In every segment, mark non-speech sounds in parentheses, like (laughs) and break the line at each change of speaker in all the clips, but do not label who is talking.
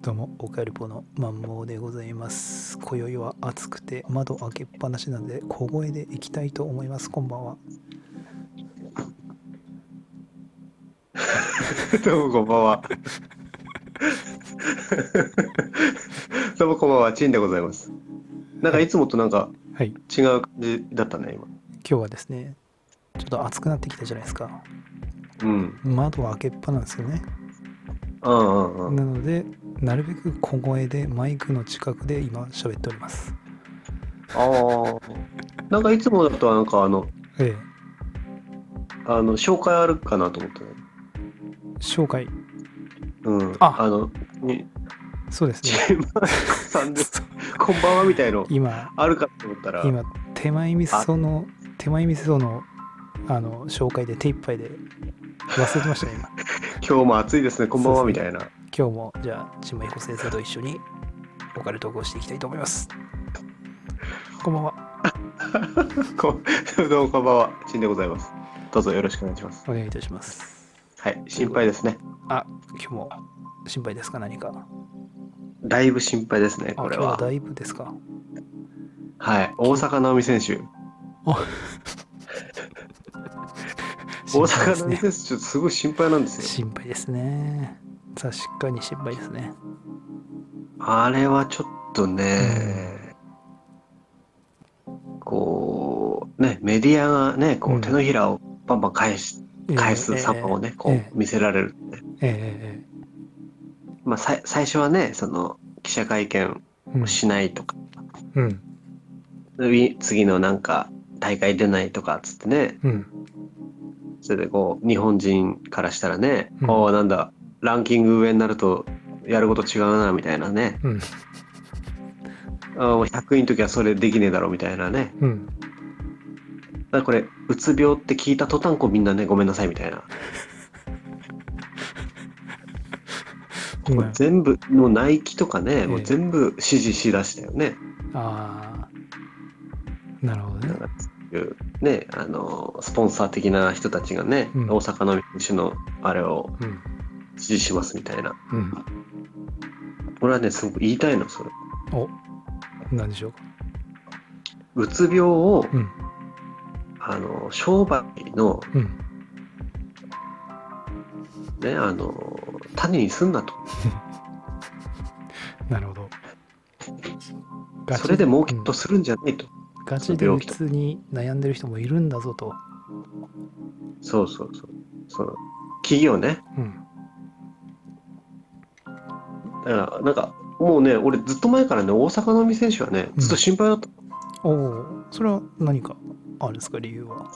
どうも、オカルポのマンモーでございます。今宵は暑くて窓開けっぱなしなので小声で行きたいと思います。こんばんは。
どうもこんばんは。どうもこんばんは、チンでございます。なんかいつもとなんか
はい、
違う感じだったね、
今日はですね、ちょっと暑くなってきたじゃないですか。
今。うん。
窓開けっぱなんですよね。
うんうんうん。
なので、なるべく小声でマイクの近くで今喋っております。
ああ。なんかいつもだとなんかあの、
ええ、
あの、紹介あるかなと思ったね。
紹介、
うん。
あ
の、に、
そうです
チ
ね。
ンマイクさんです。こんばんはみたいの
(laughs) 今、
あるかと思ったら、
今、手前味噌の、手前味噌の、あの、紹介で手一杯で忘れてましたね、今。
今日も暑いですね、こんばんは
そう
み
そう
たいな。
今日もじゃあ千葉彦先生と一緒にオカルトークをしていきたいと思いますこんばんは
こん (laughs) どうもこんばんは、チンでございます。どうぞよろしくお願いします。
お願いいたします
はい、心配ですね。
あ今日も心配ですか何か
だいぶ心配ですね、
あ
これ
今日は
は。
だいぶですか
はい、大坂なおみ選手、大
心配で
坂
す
なおみ
ね
選手、ちょっとすごい心配なんですよ。
心配ですね確かに心配ですね
あれはちょっとね、こう、ね、メディアがね、こ
うん
う手のひらをバンバン返し、返す様をね、こ
え
う見せられるね。
ええ
まあ、さい最初はね、その、記者会見
えええ
をしないとか、
うんうん
次次のなんか、大会出ないとかっつってね、
うん
それでこう、日本人からしたらね、
うん
おお、なんだ、ランキング上になると、やること違うな、みたいなね。
うん
あー100位の時はそれできねえだろみたいなね。
うん
だからこれ、うつ病って聞いた途端こうみんなね、ごめんなさいみたいな。これ全部、もうナイキとかね、もう全部支持しだしたよね。
ああなるほどね
だからそういうね、あの、スポンサー的な人たちがね、
うん
大阪の選手のあれを
うん
支持しますみたいな。
うん
俺はね、すごく言いたいの、それ。
お何でしょうか
うつ病を、
うん
あの、商売の、
うん
ね、あの、種にすんなと。
なるほど
それで儲け
うん
ようとするんじゃないと。
ガチで鬱に悩んでる人もいるんだぞと。
そうそうそう。その企業ね。
うん。
だから、なんか、もうね、俺ずっと前からね、大阪のみ選手はね、ずっと心配だった。
おお、それは何かあるんですか、理由は。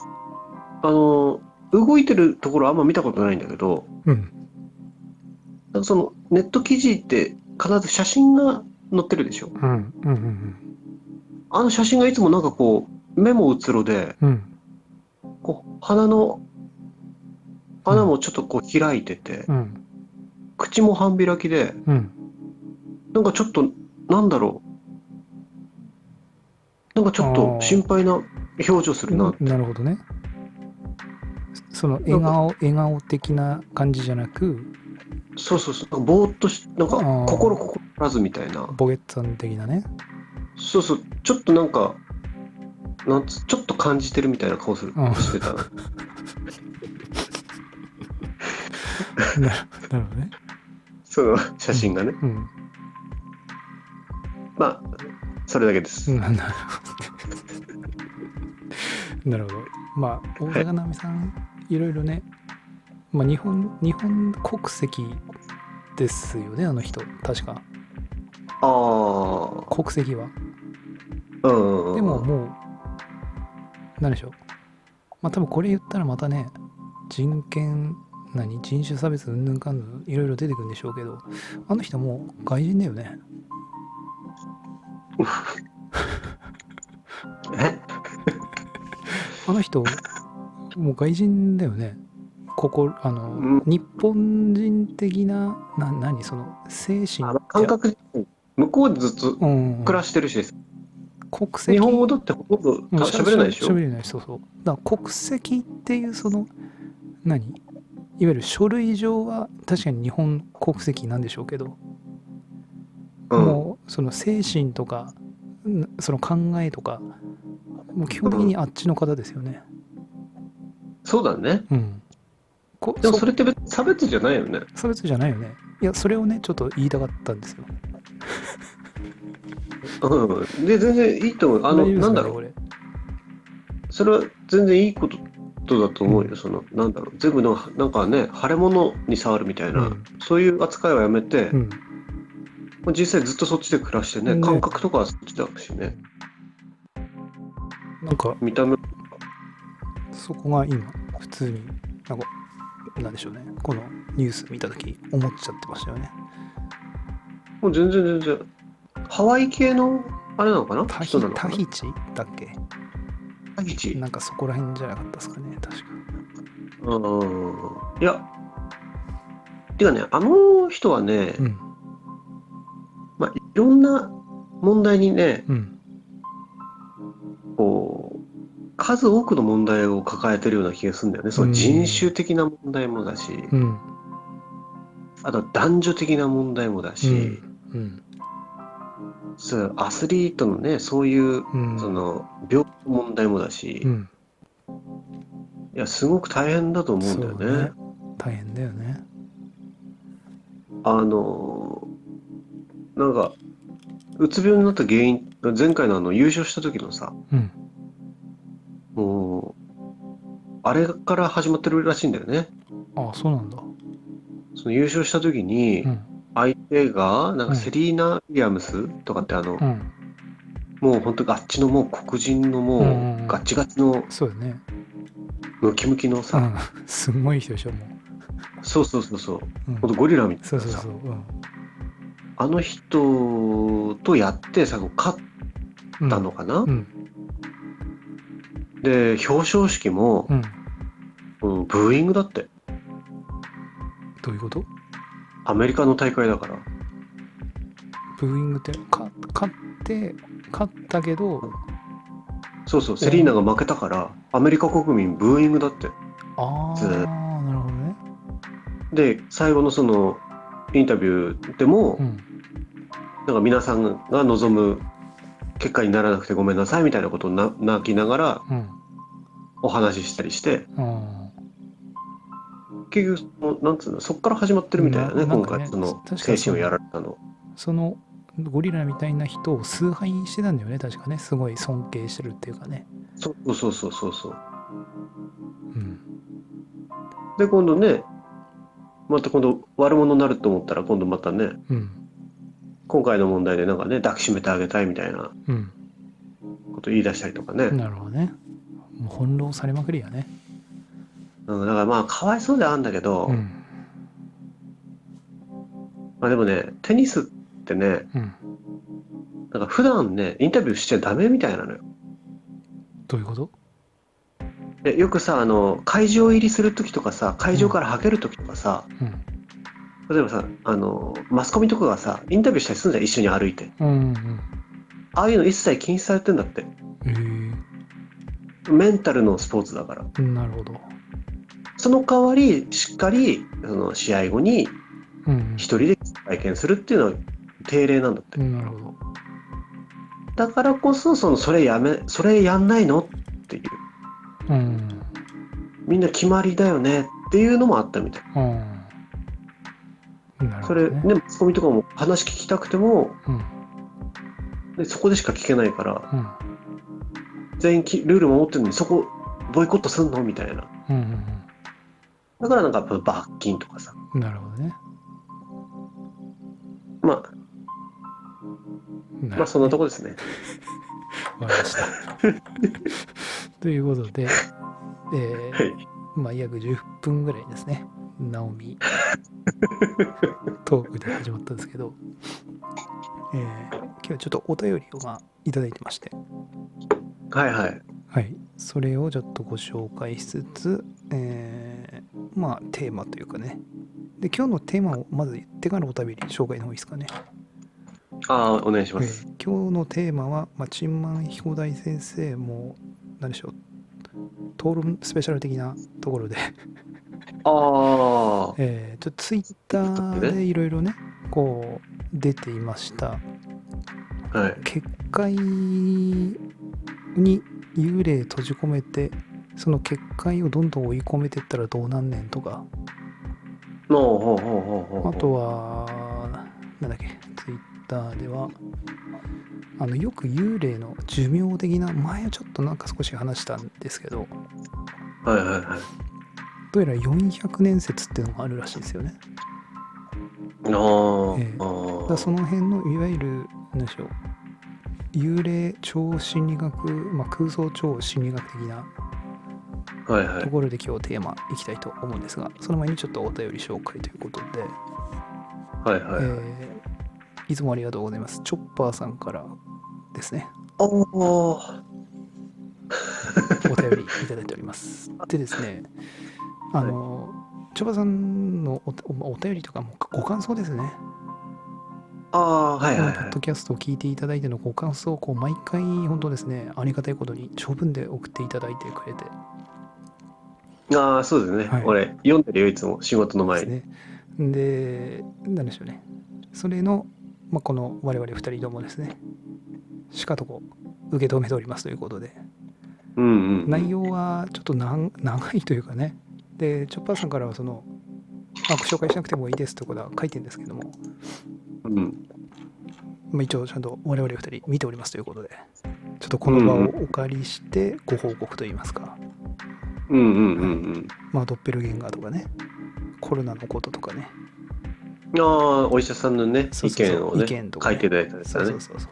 あの、動いてるところあんま見たことないんだけど、
うん。
なんかそのネット記事って必ず写真が載ってるでしょ。
うん。うん。うん。
あの写真がいつもなんかこう、目もうつろで、
うん。
こう鼻の、鼻もちょっとこう開いてて、
うん。
口も半開きで、
うん。
なんかちょっと、なんだろう。なんかちょっと心配な表情するな。
なるほどね。そその笑顔、笑顔的な感じじゃなく、
そうそうそう。なんかぼーっとし、なんか
あー
心心らずみたいな。
ボゲッツさん的なね。
そうそう。ちょっとなんか、なんつちょっと感じてるみたいな顔する
うん
してたな。
(laughs) な (laughs) なるほどね。
その写真がね。
うん。
まあ、それだけです。
うんなるほど。なるほど。まあ、大坂なおみさん、いろいろね、まあ、日本、日本国籍ですよね、あの人、確か。
ああ。
国籍は。
うんうんうん。
でも、もう、何でしょう。まあ、多分これ言ったらまたね、人権、何人種差別うんぬんかんぬんいろいろ出てくるんでしょうけどあの人もう外人だよね
え
あの人もう外人だよねここあの、
うん
日本人的なな何その精神
あの感覚、向こうでずっと
うん、
暮らしてるし、
国籍
日本語だってほとんど
うん
た喋れないでしょ
喋。れないそうそうだから国籍っていうその何いわゆる書類上は確かに日本国籍なんでしょうけど
うん
もうその精神とかんその考えとかもう基本的にあっちの方ですよね。
そうだね。
うん、こ
でも
そ
それって別に差別じゃないよね。
差別じゃないよね。いやそれをねちょっと言いたかったんですよ。
うん。で、全然いいと思う。あ
大
の、
丈夫ですか
なん
ね
だろう。
これ
それは全然いいことだと思うよ。その、なんだろう。全部の、なんかね、腫れ物に触るみたいな、
うん
そういう扱いはやめて、
うん
もう実際ずっとそっちで暮らしてね、
ね
感覚とかはそっちだしね。
なんか
見た目、
そこが今普通になんかなんでしょうねこのニュース見た時思っちゃってましたよね。
もう全然全然。ハワイ系の、あれなのかな
タヒ
人なのか
タ
な
ヒチだっけ
タヒチ。
なんかそこら辺じゃなかったですかね確か。
うん。いや。てかね、あの人はね、
うん
まあ、いろんな問題にね、
うん
こう数多くの問題を抱えてるような気がするんだよね。その人種的な問題もだし、
うん
あとは男女的な問題もだ
う
し、
んうん
そうアスリートのねそういう
うん
その病気の問題もだし、
う
い
ん
やすごく大変だと思うんだよ
そう
ね。
ね大変だよね。
あのなんかうつ病になった原因前回のあの優勝した時のさ
うん
もうあれから始まってるらしいんだよね。
ああそうなんだ。
その優勝した時に、
うん
相手がなん
うん
かセリーナ・ウィリアムスとかってあの、
うん
もう本当ガッチのもう黒人のもう、
うんうんうん
ガッチガチの
そうだね。
ムキムキの
う
さ、
ん (laughs) すんごい人でしょも
そうそうそうそう
う。うん
本当ゴリラみたいな
そ
さ
うそうそう。うん
あの人とやって最後勝
うん
ったのかな、
うん
で表彰式も
う、ん
うんブーイングだって
どういうこと？
アメリカの大会だから
ブーイングってか勝って勝ったけど
そうそうセリーナが負けたから、アメリカ国民ブーイングだって
ああ
ずー
なるほどね。
で最後のそのインタビューでも、
うん
なんか皆さんが望む結果にならなくてごめんなさいみたいなことをな泣きながら
うん
お話ししたりして
あ
結局そのなんつうのそこから始まってるみたいだ
な
ね
なん
今
かね
回その
確かにそ
精
う
神をやられたの
ーそのゴリラみたいな人を崇拝してたんだよね確かねすごい尊敬してるっていうかね。
そうそうそうそうそう
うん
で今度ねまた今度悪者になると思ったら今度またね
うん
今回の問題でなんかね抱きしめてあげたいみたいな
うん。
こと言い出したりとかね、
なるほどね。もう翻弄されまくりやね。
うん、だからまあかわいそうではあるんだけど、
うん。
まあでもねテニスってね
うん。
なんか普段ねインタビューしちゃダメみたいなのよ
どういうこと
でよくさあの会場入りする時とかさ会場からはける時とかさ、
うん。
例えばさあのマスコミとかがさインタビューしたりするんじゃん一緒に歩いて
うんうん。
ああいうの一切禁止されてんだって
え
メンタルのスポーツだから
えなるほど。
その代わりしっかりその試合後に
うん
一人で体験するっていうのは定例なんだって
うん。なるほど。
だからこそそのそれやめそれやんないのっていう
うん。
みんな決まりだよねっていうのもあったみたい
うん。なる
そ
ほ
れ
ど、ね。
ねマスコミとかも話聞きたくても
うん。
でそこでしか聞けないから
うん。
全員きルール守ってるのにそこボイコットすんのみたいな
うんうん
だからなんかやっぱ罰金とかさ
うん。なるほどね。
まあ
な
ま
る
あそんなとこですね。
わかりました。 (laughs) ということで、え
は
ー、
い。
まあ、約10分ぐらいですね。ナオミトークで始まったんですけど、えー、今日はちょっとお便りをまあいただいてまして、
はいはい。
はい、それをちょっとご紹介しつつ、えーまあテーマというかねで今日のテーマをまず言ってからお便り紹介の方がいいですかね、
ああ、お願いしま
え
す。
ー今日のテーマは、まあ、チンマン彦大先生も何でしょう討論スペシャル的なところで、 (laughs)
ああ、
えーちょっとツイッターでいろいろねこう出ていました
はい。
結界に幽霊閉じ込めてその結界をどんどん追い込めてったらどうなんねんとか
のほうほうほうほうほう。
あとはなんだっけツイッターではあのよく幽霊の寿命的な前ちょっとなんか少し話したんですけど
はいはいはい。
どうやら400年説っていうのがあるらしいんですよね
あー、
ええ
あ
だ
ー
からその辺のいわゆる何でしょう幽霊超心理学、まあ、空想超心理学的な
はいは
と
い。
ころで今日テーマいきたいと思うんですがその前にちょっとお便り紹介ということで、
はいはい。
いえーいつもありがとうございますチョッパーさんからですね
あー
お便りいただいておりますでですねあの、チョッパーさんのおおお便りとかもご感想ですね
あー、はい
こ
は
の
い
ポ
は
ッ
い
ド。キャストを聞いていただいてのご感想をこう毎回本当ですねありがたいことに長文で送っていただいてくれて
ああ、そうですね。
はい
俺、読んでるよ、いつも仕事の前に。
ですねで何でしょうねそれの、まあ、この我々2人どもですねしかとこう受け止めておりますということで
うんうんうん。
内容はちょっとなん長いというかねでチョッパーさんからはその、まあ、ご紹介しなくてもいいですということは書いてるんですけども、
うん。
まあ、一応ちゃんと我々2人見ておりますということでちょっとこの場をお借りしてご報告といいますか、
うんうんうん
まあ、ドッペルゲンガーとかねコロナのこととかね
うん。ああ、お医者さんのね、
そう
意
そうそう
見をね、
意見とかね
書いていただいたやつ
そ
だ
うそ
ね
う。そうそう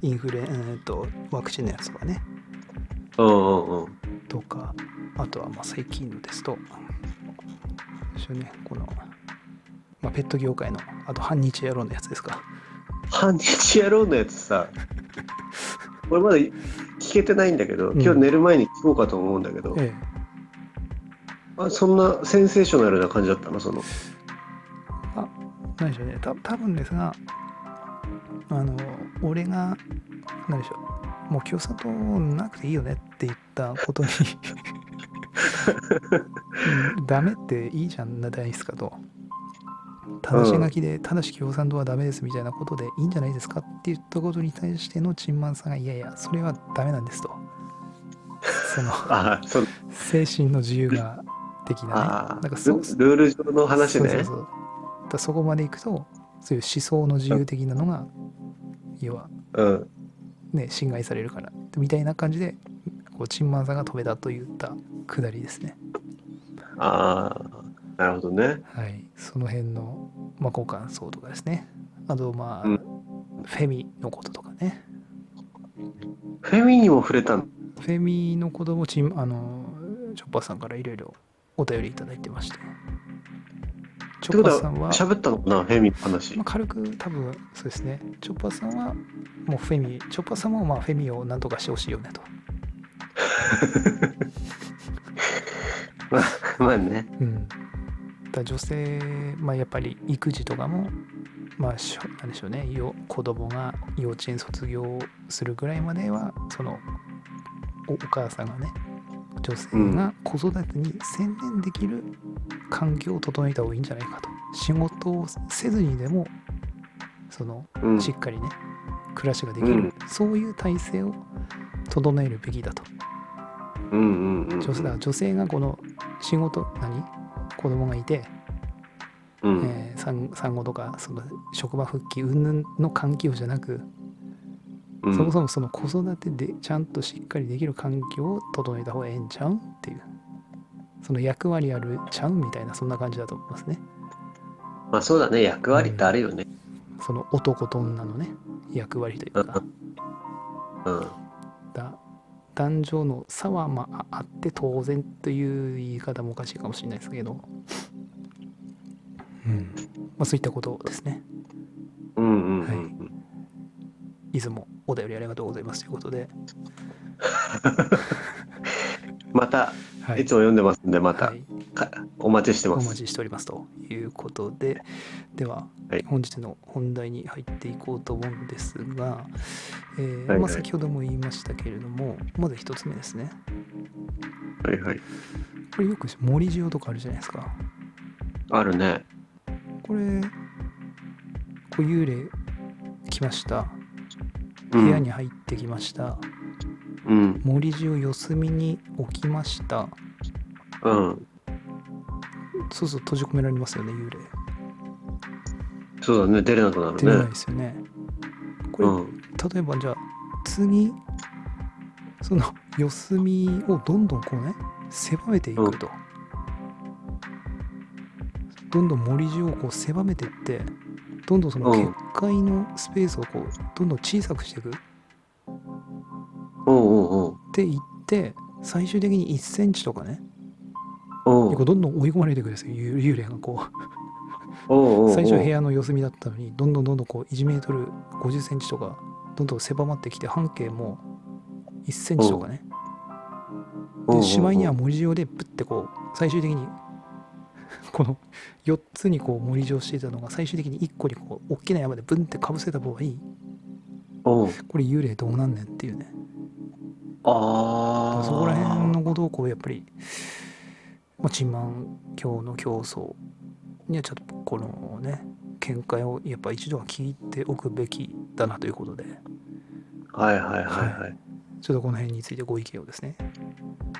インフルエンえーっとワクチンのやつとかね
うんうんうん。
とかあとはまあ最近のですと一緒ねこの、まあ、ペット業界のあと反日野郎のやつですか
半日野郎のや
(laughs)
つさ俺まだ聞けてないんだけど
うん
今日寝る前に聞こうかと思うんだけど、
ええ
あそんなセンセーショナルな感じだったのその
何でしょうねた多分ですがあの俺が何でしょうもう共産党なくていいよねって言ったこと
(laughs)
にうんダメっていいじゃんないですかと正し書きで、ただし共産党はダメですみたいなことでいいんじゃないですかって言ったことに対してのチンマンさんがいやいやそれはダメなんですとその
あその
精神の自由が的なね
(laughs) あ
なん
ー
かそ
ルルール上の話ね
そうそうそうだからそこまでいくとそういう思想の自由的なのが要は
うん
ね侵害されるからみたいな感じでこうチンマンさんが飛べたと言ったくだりですね
ああなるほどね
はいその辺の、まあ、ご感想とかですねあとまあ、
うん
フェミのこととかね
フェミにも触れたの
フェミのこともチンあのチョッパーさんからいろいろお便りいただいてましてチ
って
ョッ
こ
パ
と
ーさんは
は喋ったのかなフェミの話
まあ、軽く多分そうですねチョッパーさんはもうフェミチョッパーさんもまあフェミをなんとかしてほしいよねと、
まあね
うん、だから女性、まあ、やっぱり育児とかもまあしょなんでしょうねよ子供が幼稚園卒業するぐらいまではそのおお母さんがね女性が子育てに専念できる環境を整えた方がいいんじゃないかと仕事をせずにでもその
うん
しっかりね暮らしができる、
うん
そういう体制を整えるべきだと、
うんうんうん
女性だから女性がこの仕事何子供がいて、
うん
えー産産後とかその職場復帰云々の環境じゃなく、
うん
そもそもその子育てでちゃんとしっかりできる環境を整えた方がええんちゃうんっていうその役割あるちゃうんみたいなそんな感じだと思いますね
まあそうだね役割ってあるよね
その男と女のね役割というか
うん
だ男女の差はまあああって当然という言い方もおかしいかもしれないですけど、うんまあ、そういったことですね
うんうんうん
いつもお便りありがとうございますということで、
また
はい
つも読んでますんでまた
はい
かお待ちして
お
ま
待
す
ちしておりますということででは、
はい
本日の本題に入っていこうと思うんですが、えー
はい
ま
は
あ、
い
先ほども言いましたけれどもまず一つ目ですね
はいはい
これよく森塩とかあるじゃないですか
あるね
これこう幽霊来ました
う
部
ん
屋に入ってきました、
うん
森中四隅に置きました
うん
そうそう閉じ込められますよね幽霊
そうだね出れなくな
出れな
る
い
ね
ですよねこれ、
うん
例えばじゃあ次その四隅をどんどんこうね狭めていくと、どんどん森中をこう狭めていってどんどんその
うん
結界のスペースをこうどんどん小さくしていくっ
おう
ていって最終的に1センチとかね
おうおう
こうどんどん追い込まれていくんですよ幽幽霊がこう
おうおうおう
最初部屋の四隅だったのにどんどんどんどんこう1メートル5 0ンチとかどんどん狭まってきて半径も1センチとかね
おうおうおう
でしまいには森状でぶってこう最終的に (laughs) この4つにこう森状していたのが最終的に1個にこう大きな山でブンってかぶせた方がいい
おう
これ幽霊どうなんねんっていうね
ああ
そこら辺のことをこうやっぱりまあチンマン教の競争にはちょっとこのね見解をやっぱ一度は聞いておくべきだなということで
はいはいはいはい
ちょっとこの辺についてご意見をですね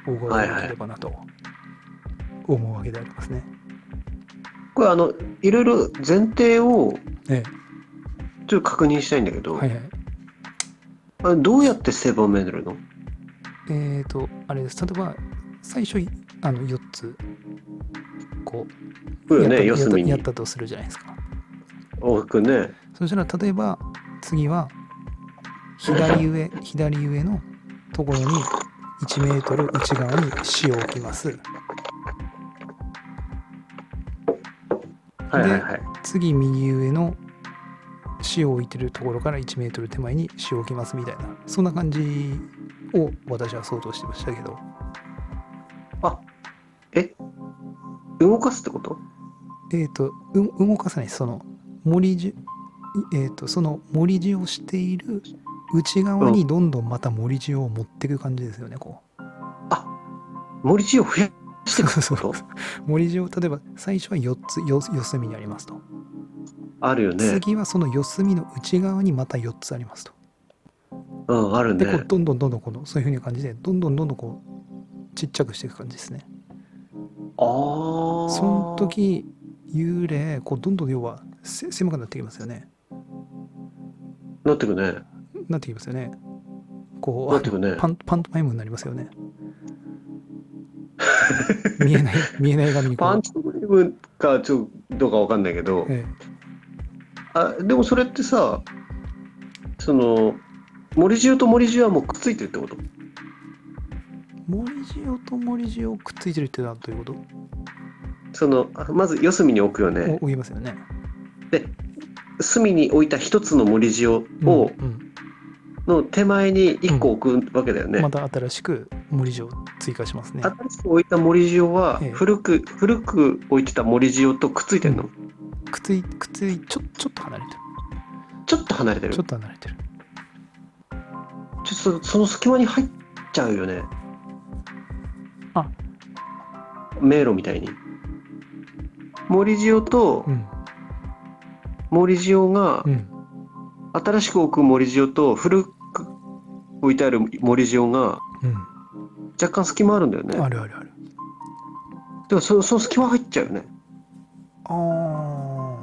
お伺いできればなと思うわけでありますね。
これあのいろいろ前提を
え
ちょっと確認したいんだけ
え、
ど、
はいはい
あれどうやって狭めるの
えー、と、あれです。例えば、最初い、あの、4つ、こ
そう
う、
よね
や
四
ったやった
隅
やっ
に
たとするじゃないですか。
大きくね
そしたら、例えば、次は、左上、左上のところに、1メートル内側に死を置きます。
はいはいはい
次、右上の死を置いてるところから1メートル手前に死を置きますみたいな、そんな感じを私は想像してましたけど、
あえ動かすってこと
えっ、と、う動かさないですその森地、えっ、と、その森地をしている内側にどんどんまた森地を持っていく感じですよね、こう。
森地を増やしていく
そう
って
そ
こ
う
と
(laughs) 森地を、例えば最初は4つ、四四隅にありますと。
あるよね
次はその四隅の内側にまた4つありますと。
うんある
で、こう
ね
どんどんどんどんこの、そういうふうな感じで、どんどんどんどんこう、ちっちゃくしていく感じですね。
ああ
その時、幽霊、こう、どんどん要はせ狭くなってきますよね。
なってくね
なってきますよね。
(laughs)
こう、
なってくね
パンパントマイムになりますよね。 (laughs) 見えない見えない画面にこう
パンチドリブかちょっとどうかわかんないけど
え
あでもそれってさその森中と森中はもうくっついてるってこと
え、森塩と森塩くっついてるってのはどういうこと、
そのあまず四隅に置くよね
お言いますよね。
隅に置いた一つの森地を、
うんうん
の手前に一個置くわけだよね、
また新しく森塩を追加しますね。
新しく置いた森塩は
ええ
古く、古く置いてた森塩とくっついてるの、
うくっついくっついちょちょっと離れて
ちょっと離れて
るち
る
ょ
ち
っ
ょ
と離れてる。
っとその隙間に入っちゃうよね
あ
迷路みたいに森塩と
うん
森塩が
うん
新しく置く森塩と古く置いてある森塩が
う
若干隙間あるんだよね
ん。あるあるある。
でもそその隙間入っちゃうよね
あ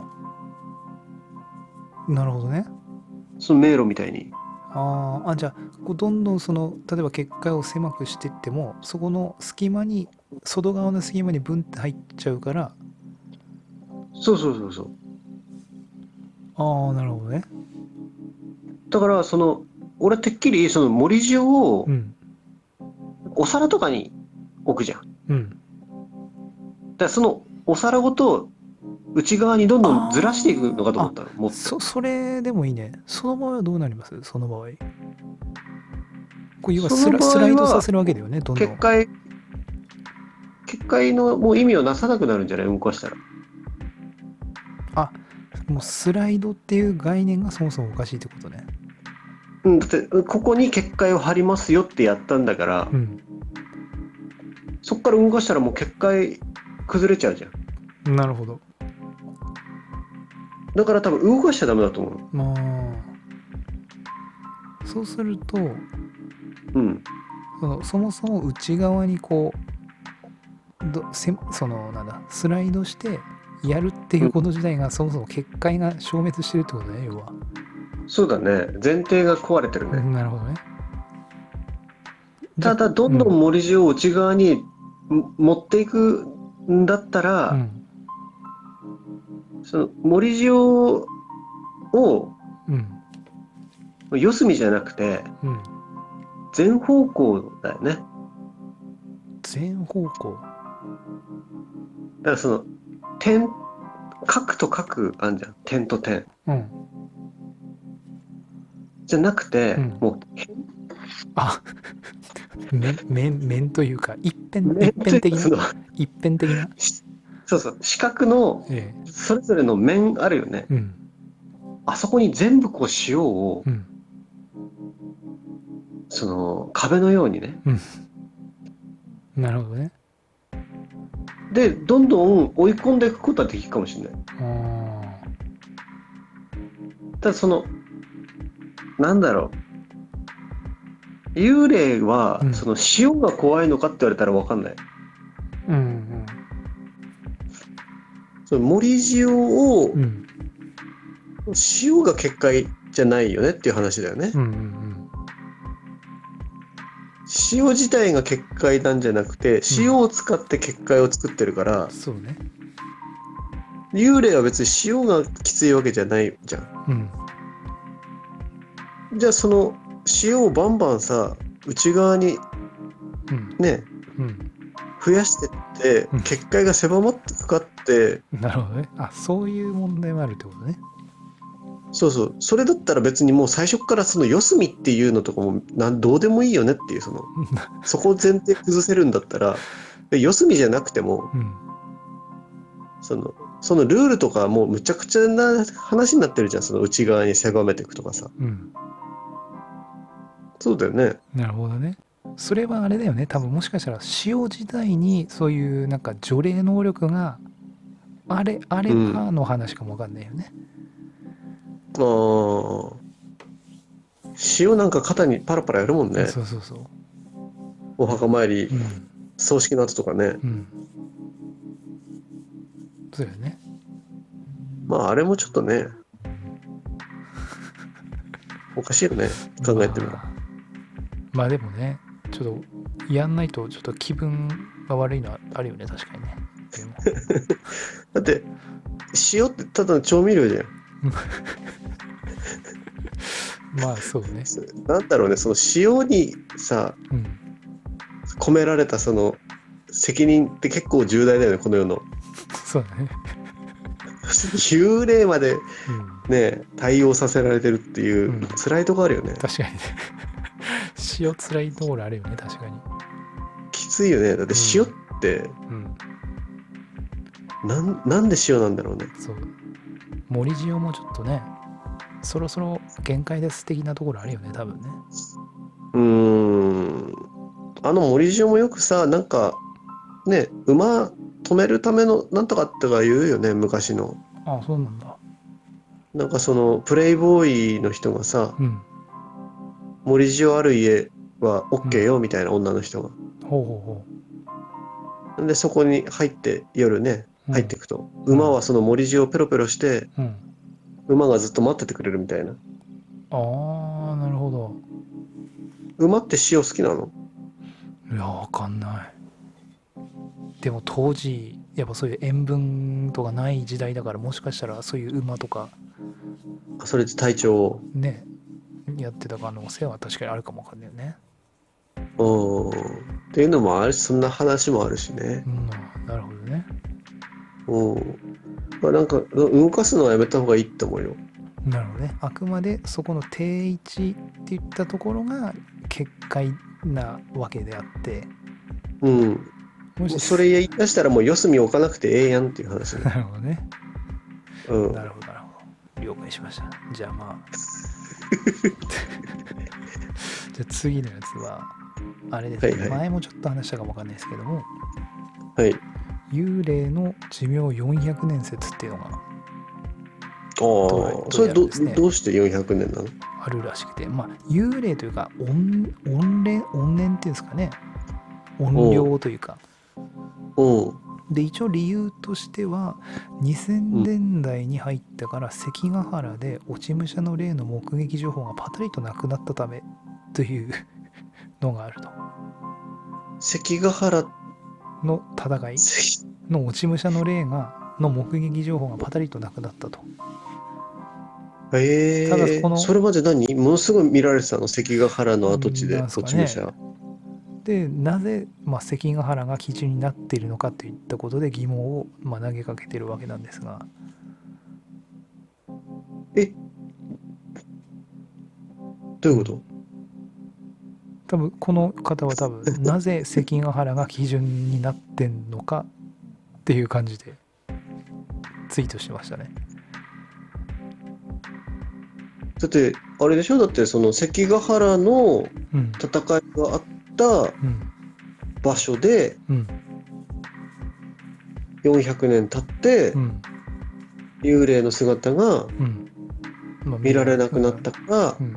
あ。なるほどね。
その迷路みたいに
あーあじゃあこうどんどんその例えば結界を狭くしていってもそこの隙間に外側の隙間にブンって入っちゃうから
そうそうそうそう
ああなるほどね
だからその俺てっきりその森塩を
うん
お皿とかに置くじゃんだか
うん
らそのお皿ごと内側にどんどんずらしていくのかと思ったのもっと
そそれでもいいねその場合はどうなりますその場合こう要はスラ
その場合は
スライドさせるわけだよねどんど
結
ん
界結界のもう意味をなさなくなるんじゃない動かしたら
もうスライドっていう概念がそもそもおかしいってことね
うんだってここに結界を張りますよってやったんだから、
うん
そこから動かしたらもう結界崩れちゃうじゃん
なるほど
だから多分動かしちゃダメだと思う。
まあそうすると
うん。
そのそもそも内側にこうどせそのなんだスライドしてやるっていうこと自体がそもそも結界が消滅してるってことね要は、
そうだね。前提が壊れてる
う
ね。
んなるほどね
ただ、どんどん盛り地を内側にも持っていくんだったら、
うん
その盛り地をを
うん
四隅じゃなくて、
うん
全方向だよね。だか
全方向
らその、点、角と角あんじゃん。点と点。
うん
じゃなくて、
うん
も
あ (laughs) 面面面というか一辺
う、
一辺的
そ
な
の
一辺的な
そうそう、四角の
え
それぞれの面あるよね。
えうん
あそこに全部こう塩を、
うん
その壁のようにね。
なるほどね
で、どんどん追い込んでいくことはできるかもしれない。
あー
ただその、なんだろう。幽霊は、
うん
その塩が怖いのかって言われたらわかんない。
うん
その森塩を、
うんうん
塩が結界じゃないよねっていう話だよね。
うんうん
塩自体が結界なんじゃなくて、塩を使って結界を作ってるから
うん、そうね
幽霊は別に塩がきついわけじゃないじゃん。
うん
じゃあその塩をバンバンさ内側に
うん
ね
うん
増やしてって
うん
結界が狭まってくかって
なるほどねあそういう問題もあるってことね
そうそうそれだったら別にもう最初からその四隅っていうのとかもなんどうでもいいよねっていうそ
(laughs)
のそこを前提崩せるんだったらで四隅じゃなくても
うん
そのそのルールとかもうむちゃくちゃな話になってるじゃんその内側に狭めていくとかさ
うん
そうだよね
なるほどねそれはあれだよね多分もしかしたら塩自体にそういうなんか除霊能力があれあればの話かもわかんないよね、
あー塩なんか肩にパラパラやるもんね
そうそうそう
お墓参り
うん
葬式の後とかね
うんそうだよね
まああれもちょっ
(laughs)
とねおかしいよね考えてみれば、
まあまあでもねちょっとやんないとちょっと気分が悪いのはあるよね確かにねでも
だって塩ってただの調味料じゃん
まあそうね
そなんだろうねその塩にさ
うん
込められたその責任って結構重大だよねこの世 (laughs) の
そうだね
幽霊まで
うん
ね対応させられてるっていう、
うん
辛いとこあるよね
確かにね (laughs) 塩辛いところあるよね確かに
きついよねだって塩って、
うん
なんなんで塩なんだろうね
そう森塩もちょっとねそろそろ限界です的なところあるよね多分ね
うーんあの森塩もよくさなんかね馬止めるためのなんとかってか言うよね昔の
ああそうなんだ
なんかそのプレイボーイの人がさ
うん
森塩ある家は OK よみたいな女の人が、
ほうほうほう
でそこに入って夜ね
うん
入っていくと、馬はその森塩をペロペロして
うん
馬がずっと待っててくれるみたいな
ああなるほど
馬って塩好きなの
いやわかんないでも当時やっぱそういう塩分とかない時代だからもしかしたらそういう馬とか
あそれで体調を
ねやってた可能性は確かにあるかもわかんないよね
うーんっていうのもあるしそんな話もあるしね
うんなるほどね
うんまあなんかう動かすのはやめた方がいいって思うよ
なるほどねあくまでそこの定位置っていったところが結界なわけであって
うん
もし
それ言い出したらもう四隅置かなくてええやんっていう話ね
(laughs) なるほどね
うん
なるほどなるほど了解しましたじゃあ
(laughs)
まあじゃあ次のやつはあれですね、
はいはい
前もちょっと話したかもわかんないですけども
はい
幽霊の寿命400年説っていうのが
あ
捉え
そ
捉え
れ
るん
ど
ですね
どうして400年なの
あるらしくて、まあ、幽霊というか怨怨霊怨念っていうんですかね怨霊というか
うん
で一応理由としては2000年代に入ったから関ヶ原で落ち武者の霊の目撃情報がパタリとなくなったためというのがあると
関ヶ原
の戦い
関
の落ち武者の霊がの目撃情報がパタリとなくなったと
え
ただそこの
ー、それまで何ものすごい見られてたの関ヶ原の跡地で
なんす
土
か
地
ね
武者
でなぜ、まあ、関ヶ原が基準になっているのかといったことで疑問を、まあ、投げかけてるわけなんですが
どういうこと
多分この方は多分
(laughs)
なぜ関ヶ原が基準になってんのかっていう感じでツイートしてましたね
だってあれでしょだってその関ヶ原の
うん
戦いがあった
うん
場所で
うん
400年経って
うん
幽霊の姿が
うん、まあ
見られなくなったから
うん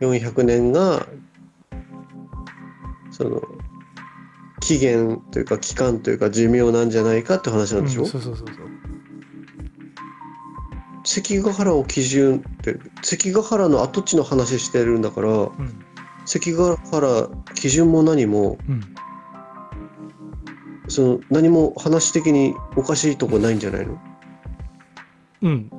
400年がその期限というか期間というか寿命なんじゃないかって話
う
なん
ん
でしょ、
そうそうそうそう
関ヶ原を基準って関ヶ原の跡地の話してるんだから
うん
関ヶ原基準も何も
うん
その何も話的におかしいとこないんじゃないの
うん、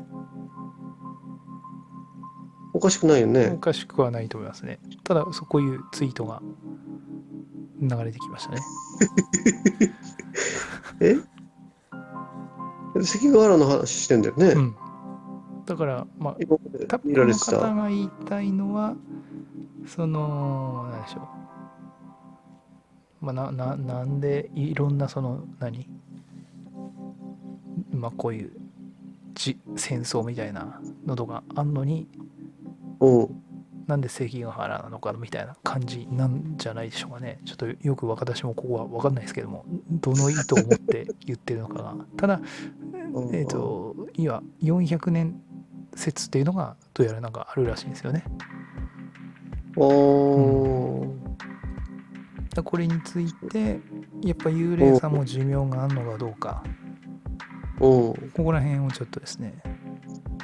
おかしくないよ
お
ね
かしくはないと思いますねただそうこういうツイートが流れてきましたね
え関ヶ原の話してんだよね、
うんだからまあ
今まで
多分
見
こ
られ
の
て
方
た
が言いたいのはその何でしょう、まあ、なななんでいろんなその何まあこういうじ戦争みたいなのとかあんのに
うん
なんで関ヶ原なのかみたいな感じなんじゃないでしょうかねちょっとよく私もここは分かんないですけどもどの意図を持って言ってるのかが (laughs) ただ
うん
えっ、と今400年説っていうのがどうやらなんかあるらしいんですよね
あー
だこれについてやっぱ幽霊さんも寿命があるのかどうか
うん
ここら辺をちょっとですね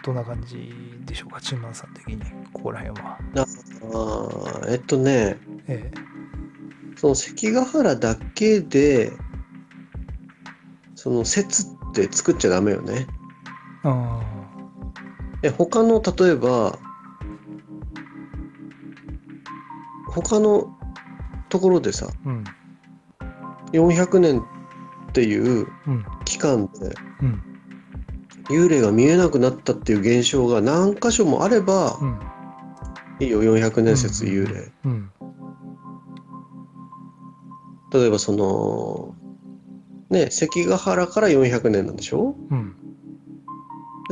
どんな感じでしょうかチンマンさん的にここら辺は
あーえっとね
え
その関ヶ原だけでその説って作っちゃダメよね
えあ
え他の例えば他のところでさ
あうん
400年っていう
うん
期間で
うん
幽霊が見えなくなったっていう現象が何箇所もあれば
うん
いいよ400年説幽霊、
うん
例えばそのね関ヶ原から400年なんでしょ
うん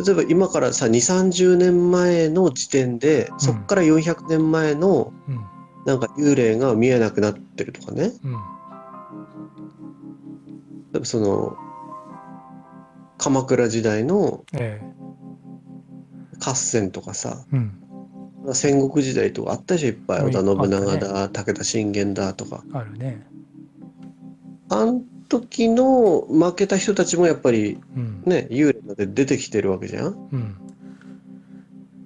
例えば今からさ2 3 0年前の時点でそっから400年前の
うん
なんか幽霊が見えなくなってるとかね
うん
例えばその鎌倉時代の
ええ
合戦とかさ
うん
戦国時代とかあったでしょいっぱい
うん
織田信長
あ
だ、武田信玄だとか
あるね
あん時の負けた人たちもやっぱり
うん
ね幽霊なんて出てきてるわけじゃん
うん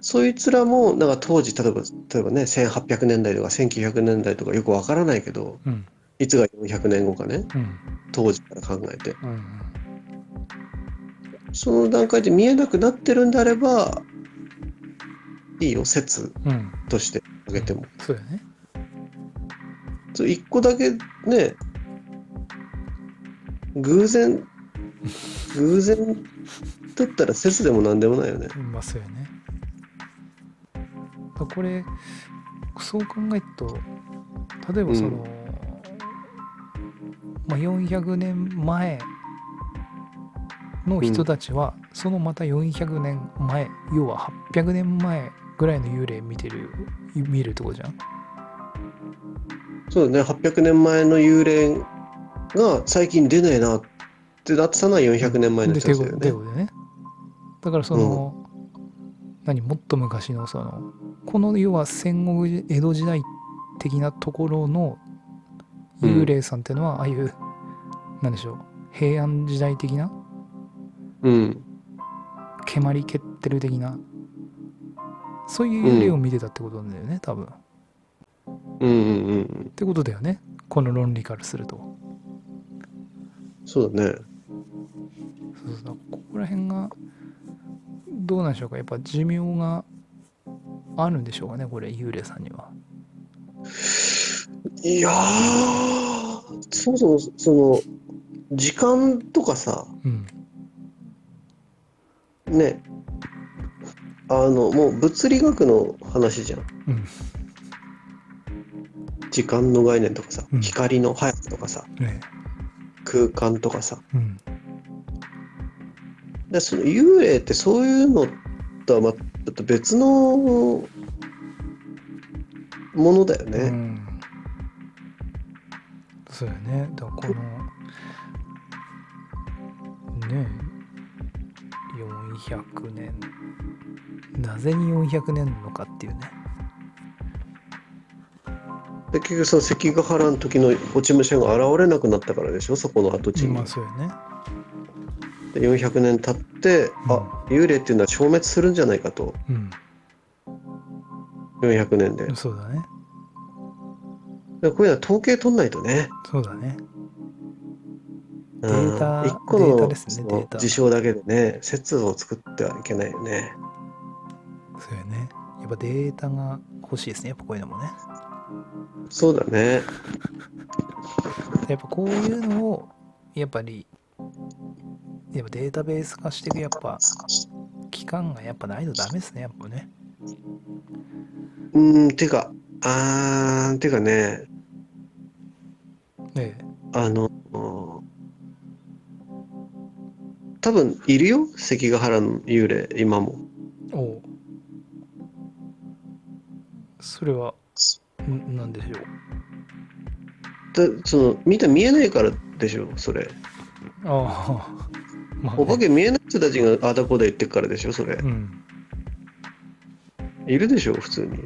そいつらもなんか当時例えば例えばね1800年代とか1900年代とかよくわからないけど
うん
いつが400年後かね
うん
当時から考えて
うん
その段階で見えなくなってるんであればいいよ説
うん
としてあげても
そうだよね
そう一個だけね偶然偶然だったら説でも何でもないよね
うんまあそうよね。だこれそう考えると例えばその、
うん
まあ、400年前の人たちは、そのまた400年前要は800年前ぐらいの幽霊見てる見るとこじゃん。
そうだね800年前の幽霊が最近出ないなってなってたのは400年前の
で
人
て
たち
こ
だ
て
よね
ことだよね。だからその、何もっと昔のそのこの要は戦国江戸時代的なところの
うん
幽霊さんっていうのは、ああいうなんでしょう平安時代的な
うん。
蹴鞠蹴ってる的なそういう幽霊を見てたってことなんだよね、多分。っ
うんうんうんうん。
てことだよねこの論理からすると。
そうだね。
そうそうだここら辺がどうなんでしょうかやっぱ寿命があるんでしょうかねこれ幽霊さんには。
いやー、そもそも、その、時間とかさ、
うん
ね、あの、もう物理学の話じゃん。
うん
時間の概念とかさ
う、ん
光の速さとかさ、
ね
空間とかさ。
うん
でその幽霊ってそういうのとはまたちょっと別のものだよ
う
ね。
ん、そうよねだからこのね400年なぜに400年なのかっていうね
で結局その関ヶ原の時の落ち武者が現れなくなったからでしょそこの跡地に。
まあそうよね
で400年経って、あ幽霊っていうのは消滅するんじゃないかと400年で
うんそうだね
でこういうのは統計取んないとね、
そうだねデ
う
ータ
1個
データ
の
ですね
そ
デー
の
タ
事象だけでね説を作ってはいけないよね
そうよねやっぱデータが欲しいですねやっぱこういうのもね
そうだね
やっぱこういうのをやっぱりやっぱデータベース化していくやっぱ期間がやっぱないとダメですねやっぱね
うーんてかあーてかね
え
あの多分いるよ関ヶ原の幽霊今も
えおうそれはんなんでしょ
だその見た見えないからでしょそれ
うあ (laughs) あまあね
お化け見えない人たちがあだこだ言ってっからでしょそれ
うん
いるでしょ普通に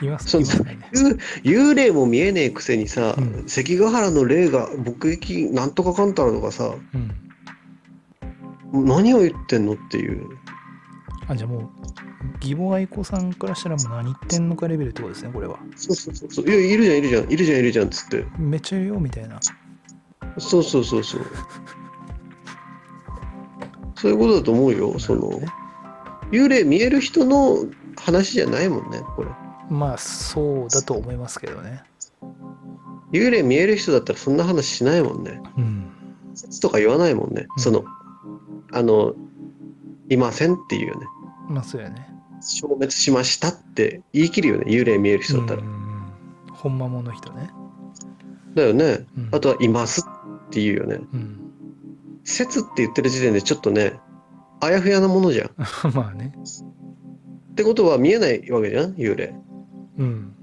います
そう
いますね
幽幽霊も見えねえくせにさ、
うん
関ヶ原の霊が目撃なんとかかんたらとかさ
うん
何を言ってんのっていう
あじゃあもう義母愛子さんからしたらもう何言ってんのかレベルってことですねこれは
そうそうそうそういやいるじゃんいるじゃんいるじゃんいるじゃんっつって
めっちゃいるよみたいな
そうそうそうそうそういうことだと思うよそ
なる
の
ほどね
幽霊見える人の話じゃないもんねこれ
まあそうだと思いますけどね
幽霊見える人だったらそんな話しないもんね
うん
説とか言わないもんね、
うん
そのあのいませんっていうよね
まあそうやね
消滅しましたって言い切るよね幽霊見える人だったら、
うんうんうんほんまもの人ね、
だよね
うん
あとはいますっていうよね
うん、 (laughs)
説って言ってる時点でちょっとねあやふやなも
(laughs)
のじゃんっ
まあね
てことは見えないわけじゃん幽霊
うん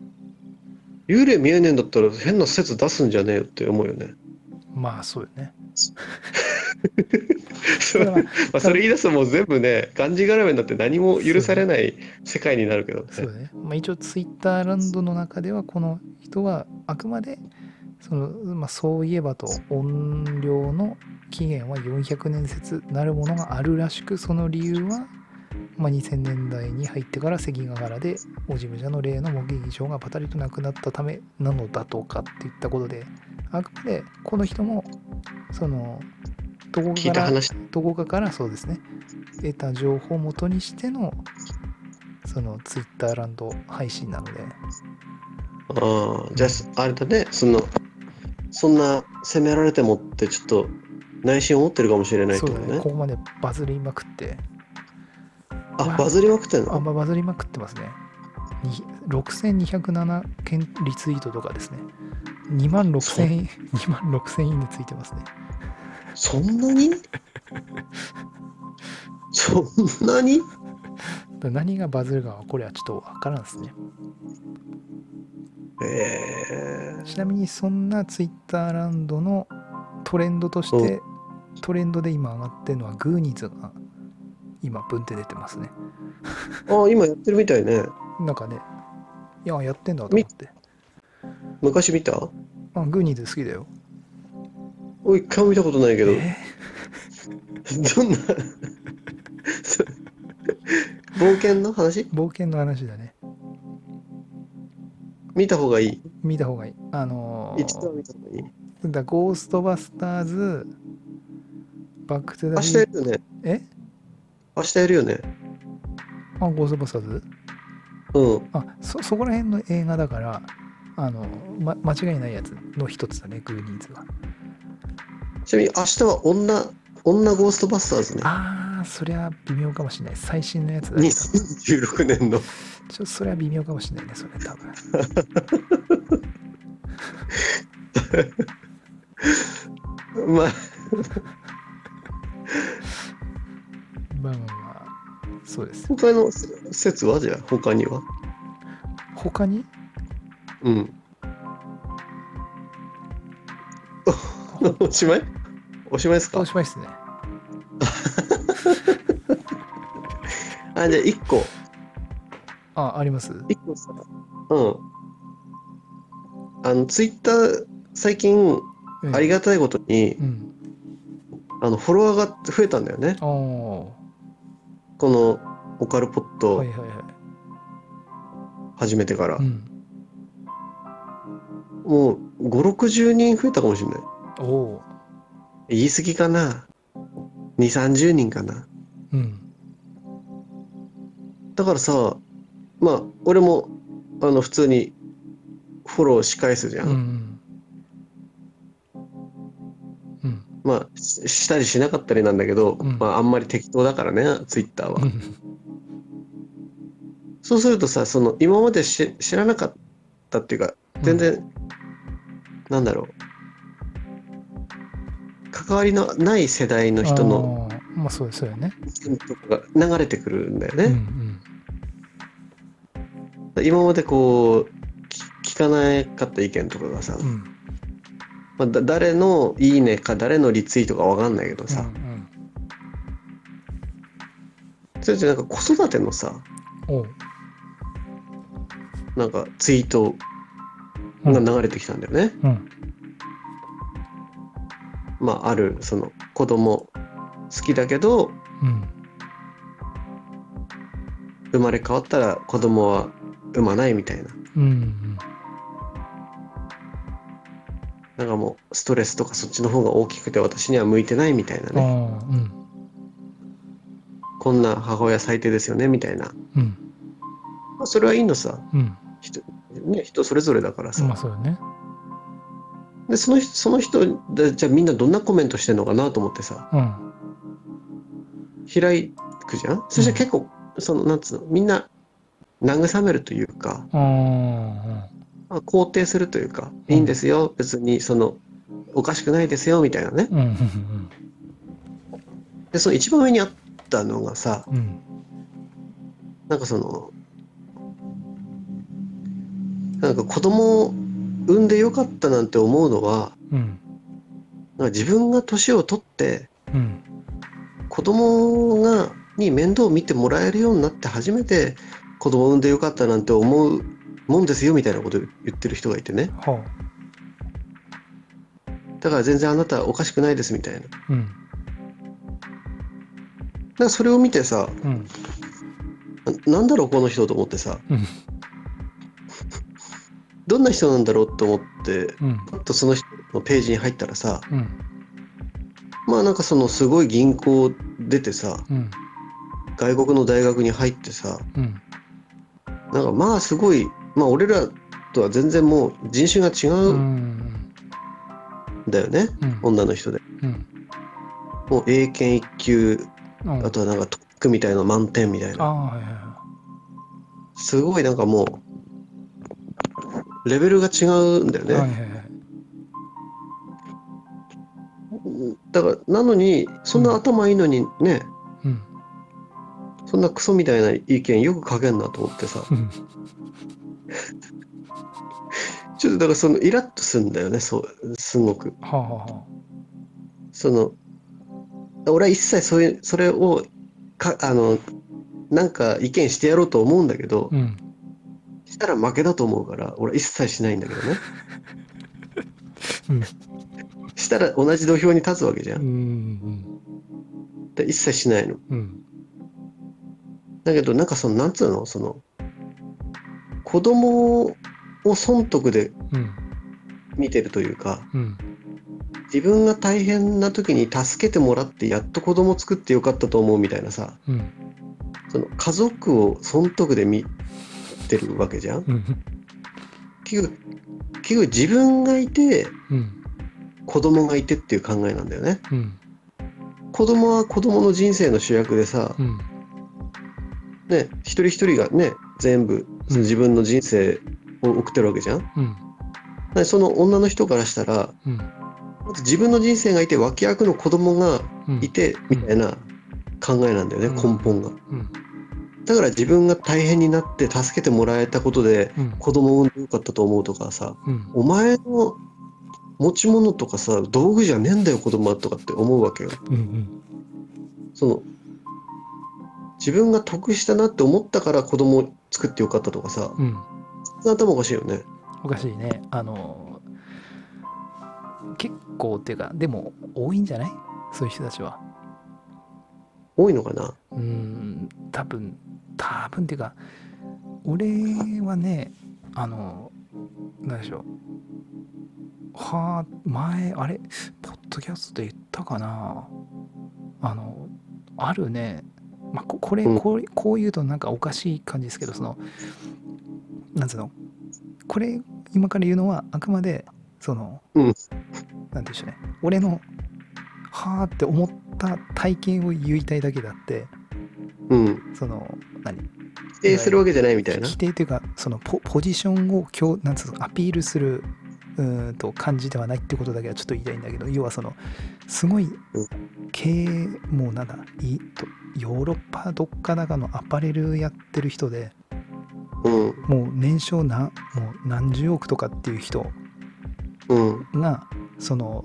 幽霊見えねえんだったら変な説出すんじゃねえよって思うよね
まあそうよ
(laughs)
ね
そ
だ
う
か
(laughs) ま
ら
あそれ言い出すともう全部ねがんじがらめになって何も許されない世界になるけどね
そうだね、まあ、一応ツイッターランドの中ではこの人はあくまでその、まあ、そういえばと音量の起源は400年説なるものがあるらしくその理由は、まあ、2000年代に入ってから関ヶ原でおじむ者の例の目撃情がパタリとなくなったためなのだとかっていったことであくまでこの人もそのどこ
聞い
か
た
ら
話
どこかからそうですね得た情報をもとにしてのそのツイッターランド配信なので
ああじゃああれだねそのそんな責められてもってちょっと内心思ってるかもしれないけ
そう
ど
だ
ね
ねここまでバズりまくって
あバズりまくってん
あん
の
まバズりまくってますねに6207件リツイートとかですね2万6000円2万6000円でついてますね
そん
(laughs)
なにそんなに
だから何がバズるかはこれはちょっとわからんですね
ええ
ちなみにそんなツイッターランドのトレンドとしてトレンドで今上がってるのはグーニーズが今ブンって出てますね
ああ、今やってるみたいね。
なんかねいややってんだと思って
昔見た
あグーニーズ好きだよ
俺一回も見たことないけど、
え
どんな冒険の話
ー冒険の話だね
見た方がいい。
見た方がいいあのー
一度は見た方がいい。
だからゴーストバスターズバックトゥ
明
ザ
日やるよね。
え
明日やるよね。
あゴーストバスターズ
うん。
あそそこら辺の映画だからあの、ま、間違いないやつの一つだねグーニーズは
ちなみに明日は女、女ゴーストバスターズね。
あーそりゃ微妙かもしれない最新のやつだね
2016年の。
ちょそれは微妙かもしれないねそれ多分
(laughs) ま
ま
あ、
あまあまあそうです
他の説はじゃあ、他には。
他に
うん。お (laughs) しまいおしまいですか
おしまいっすね
あ、じゃあ1個。
ああります
一個さ、うん。あの、ツイッター、最近、あり
が
がたいことに、
うん
あの、フォロワーが増えたんだよね。
ああ
この、オカルポット
はいはいは
始めてから。
いうん
もう、5、60人増えたかもしれない。
おお
言い過ぎかな。2、30人かな。
ーうん
だからさ、まあ、俺も、あの、普通に、フォローし返すじゃ
うん
ん。
うんうん
まあし、したりしなかったりなんだけど、
うん
まあ、あんまり適当だからね、ツイッターは
う。ん
そうするとさその今までし知らなかったっていうか全然、なんだろう関わりのない世代の人の
あーまあそうですよね
意見とかが流れてくるんだよ
うんう
ね、
ん
今までこうき聞かなかった意見とかがさ、
うん
まあ、だ誰の「いいね」か誰のリツイートかわかんないけど
う
さ
ん、うん
それってなんか子育てのさ
おう
なんかツイート
う
が
ん
流れてきたんだよね、
うん
まああるその子供好きだけど
うん
生まれ変わったら子供は産まないみたいな
うん
なんかもうストレスとかそっちの方が大きくて私には向いてないみたいな
うんああ
ね
うん
こんな母親最低ですよねみたいな、
うん
まあ、それはいいのさ
うん
人,、ね、人それぞれだからさ、
まあそうよね
でその人その人でじゃあみんなどんなコメントしてんのかなと思ってさ
うん
開くじゃんそしたら結構、そのなんつうのみんな慰めるというか、
ああ
まあ、肯定するというか、
うん
いいんですよ別にそのおかしくないですよみたいなね
うんうん
でその一番上にあったのがさ、
うんうん
なんかそのなんか子供を産んでよかったなんて思うのは
うん
なんか自分が年を取って
うん
子供がに面倒を見てもらえるようになって初めて子供を産んでよかったなんて思うもんですよみたいなことを言ってる人がいてね
は
だから全然あなたはおかしくないですみたいな
あうん
なんかそれを見てさ
うん
ななんだろうこの人と思ってさ
うん
どんな人なんだろうと思って
うん
パッとその人のページに入ったらさ
うん
まあなんかそのすごい銀行出てさ
うん
外国の大学に入ってさ
うん
なんかまあすごいまあ俺らとは全然もう人種が違
う
うん
ん
だよね、
うん
女の人で
うん
もう英検一級
うん
あとはなんかトックみたいな満点みたい
あ
な
あはいはいは
すごいなんかもうレベルが違うんだよ
い
ね、
はいはいはい
だからなのにそんな頭いいのにね、
うん
そんなクソみたいな意見よく書けんなと思ってさ
うん
ちょっとだからそのイラッとするんだよねそうすごく
はあはあは
その俺は一切そういうそれをかあのなんか意見してやろうと思うんだけど、
うん
したら負けだと思うから俺は一切しないんだけどね、
うん
したら同じ土俵に立つわけじゃ、
うんん
で一切しないの
うんうん
だけどなんかそのなんつうのその子供を損得で
うん
見てるというか
うん
自分が大変な時に助けてもらってやっと子供作ってよかったと思うみたいなさ
うん
その家族を損得で見てるわけじゃん
うん
結局結局自分がいて
うん
子供がいてっていう考えなんだよね
うん
子供は子供の人生の主役でさ、
うん
ね、一人一人がね全部その自分の人生を送ってるわけじゃん
うん
でその女の人からしたら
うん
まず自分の人生がいて脇役の子供が
うん
いてみたいな考えなんだよね、
うん
根本が
うん
だから自分が大変になって助けてもらえたことで
うん
子供を産んでよかったと思うとかさ
うん
お前の持ち物とかさ道具じゃねえんだよ子供はとかって思うわけよ
うん
その自分が得したなって思ったから子供を作ってよかったとかさ
うん
そんな頭おかしいよね
おかしいねあの結構っていうかでも多いんじゃないそういう人たちは
多いのかな
うーん多分多分っていうか俺はねあの何でしょうはあ前あれポッドキャストで言ったかなあのあるね、まあ、ここれ
うん
こうこう言うとなんかおかしい感じですけどそのなんつうのこれ今から言うのはあくまでその、
うん
なんていうんでしょうね俺のはあって思った体験を言いたいだけであって、
うん
その何
否定するわけじゃないみたいな
規定というかそのポポジションを強なんつうのアピールするうーんと感じではないってことだけはちょっと言いたいんだけど要はそのすごい経営もうなんだいとヨーロッパどっかだかのアパレルやってる人で
うん
もう年商何もう何十億とかっていう人
うん
がその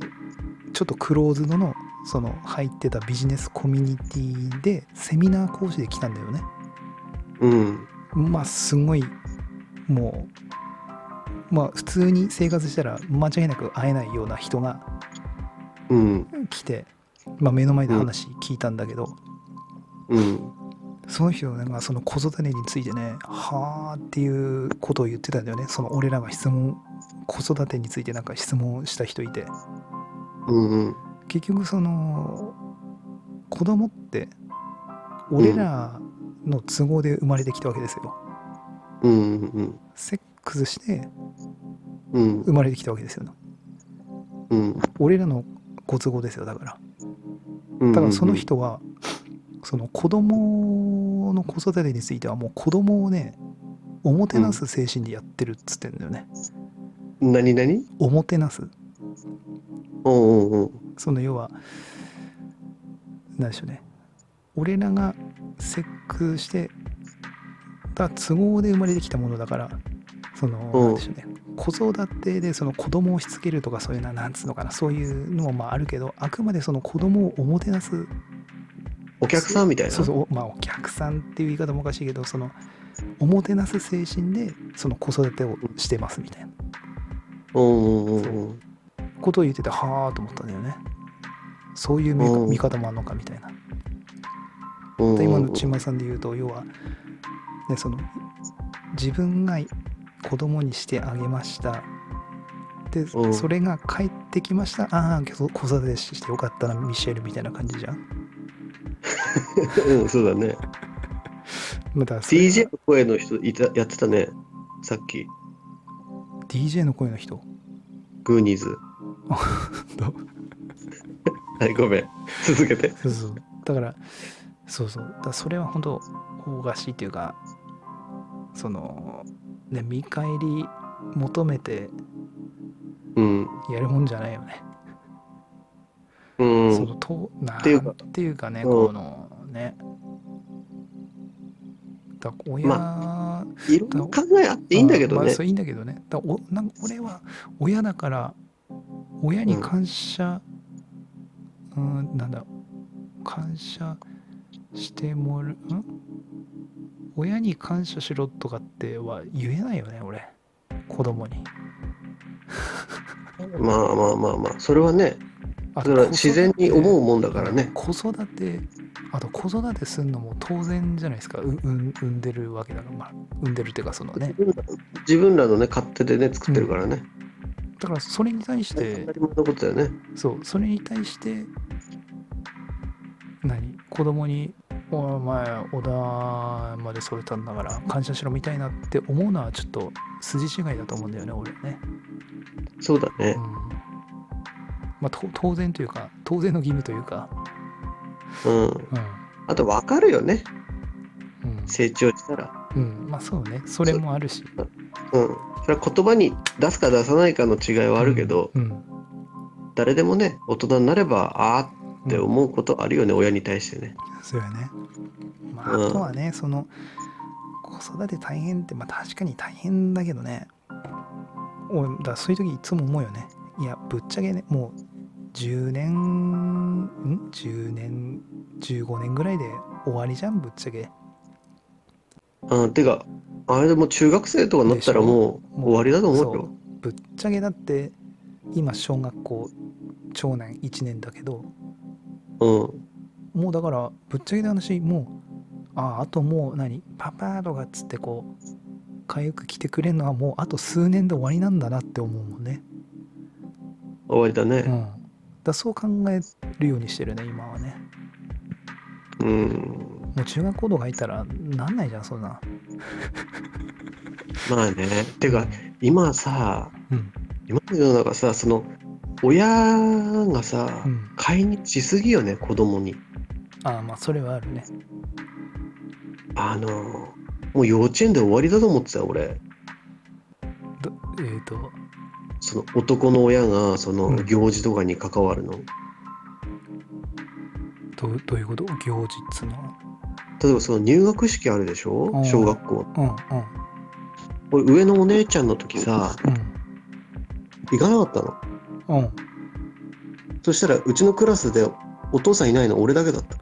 ちょっとクローズドのその入ってたビジネスコミュニティでセミナー講師で来たんだよね。
うん
まあすごいもうまあ普通に生活したら間違いなく会えないような人が
うん
来て、まあ、目の前で話聞いたんだけど、
うん
その人がその子育てについてねはあっていうことを言ってたんだよねその俺らが質問子育てについてなんか質問した人いて
うん
結局その子供って俺らの都合で生まれてきたわけですよ。
うんうん
セックスして
うん
生まれてきたわけですよね。
うん
俺らのご都合ですよだから
うん
だからその人は、その子供の子育てについてはもう子供をねおもてなす精神でやってるっつってんだよね、
何何
おもてなす
うんうんうん
その要は何でしょうね俺らがセックスしてた都合で生まれてきたものだからその
うん
何でしょうね子育てでその子供をしつけるとかそういうのはなんつうのかなそういうのもまああるけどあくまでその子供をおもてなす
お客さんみたいな
そうそうおまあお客さんっていう言い方もおかしいけどそのおもてなす精神でその子育てをしてますみたいな
うんうんうんうん
ことを言っててはあと思ったんだよねそういう見か
うん
見方もあるのかみたいな
うんうん
で今の千葉さんで言うと要は、ね、その自分が子供にしてあげましたで
うん
それが帰ってきましたああ子育てしてよかったなミシェルみたいな感じじゃん
うんそうだね
まあだからそれ
DJ の声の人いたやってたねさっき
DJ の声の人 (laughs)
グーニーズ
ど
はいごめん続けて
そうそう。だから、そうそう。だからそれは本当、おかしいというか、その、ね、見返り求めて
うん
やるもんじゃないよね。
う
そ
ん
のとな
ていうか
んていうかね、
うん
このね、だから親、
いろんな考えあっていいんだけど
まあ
ね
そういいんだけどね。だおなんか俺は親だから、親に感謝、うーん、なんだろう感謝してもらうん親に感謝しろとかっては言えないよね俺子供に
まあまあまあまあそれはね
あ
だから自然に思うもんだからね
子育てあと子育てするのも当然じゃないですかううん産んでるわけだから、まあ、産んでるっていうかそのね
自分ら自分らのね勝手でね作ってるからね、
だからそれに対して
当たり前のことだよね
そうそれに対して何子供に「お前小田まで添えたんだから感謝しろ」みたいなって思うのはちょっと筋違いだと思うんだよね俺はね、
そうだね
うんまあ、と当然というか当然の義務というか
うん
う
あと分かるよね
んうん、
成長したら
うん、まあそうねそれもあるし
うんそれは言葉に出すか出さないかの違いはあるけど、
うんうん
誰でもね大人になればああって
うん
思うことあるよね、親に対してね
そうやね。まあ、
うん
あとはね、その子育て大変って、まあ確かに大変だけどね。おだからそういう時いつも思うよね。いや、ぶっちゃけね、もう10年、ん ?10 年、15年ぐらいで終わりじゃん、ぶっちゃけ。
うんてかあれでも中学生とかになったらもう
もう
終わりだと思
そうう
よ。
ぶっちゃけだって、今、小学校、長男1年だけど、
うん
もうだからぶっちゃけた話もうあああともう何パパとかっつってこうかゆく来てくれるのはもうあと数年で終わりなんだなって思うもんね、
終わりだ
う
ね
ん、だそう考えるようにしてるね今はね
うん
もう中学校とかいたらなんないじゃんそんな
まあねてか今さ
うん
今の世の中さその親がさ、
うん
介入しすぎよね子供に
ああまあそれはあるね
あのもう幼稚園で終わりだと思ってたよ俺
どえっ、と
その男の親がその
うん
行事とかに関わるの、
どうどういうこと行事っつうのは
例えばその入学式あるでし
う
ょ
ん
小学校
うん
俺上のお姉ちゃんの時さ行かなかったの
うんうんうん (laughs)
そしたらうちのクラスでお父さんいないの俺だけだった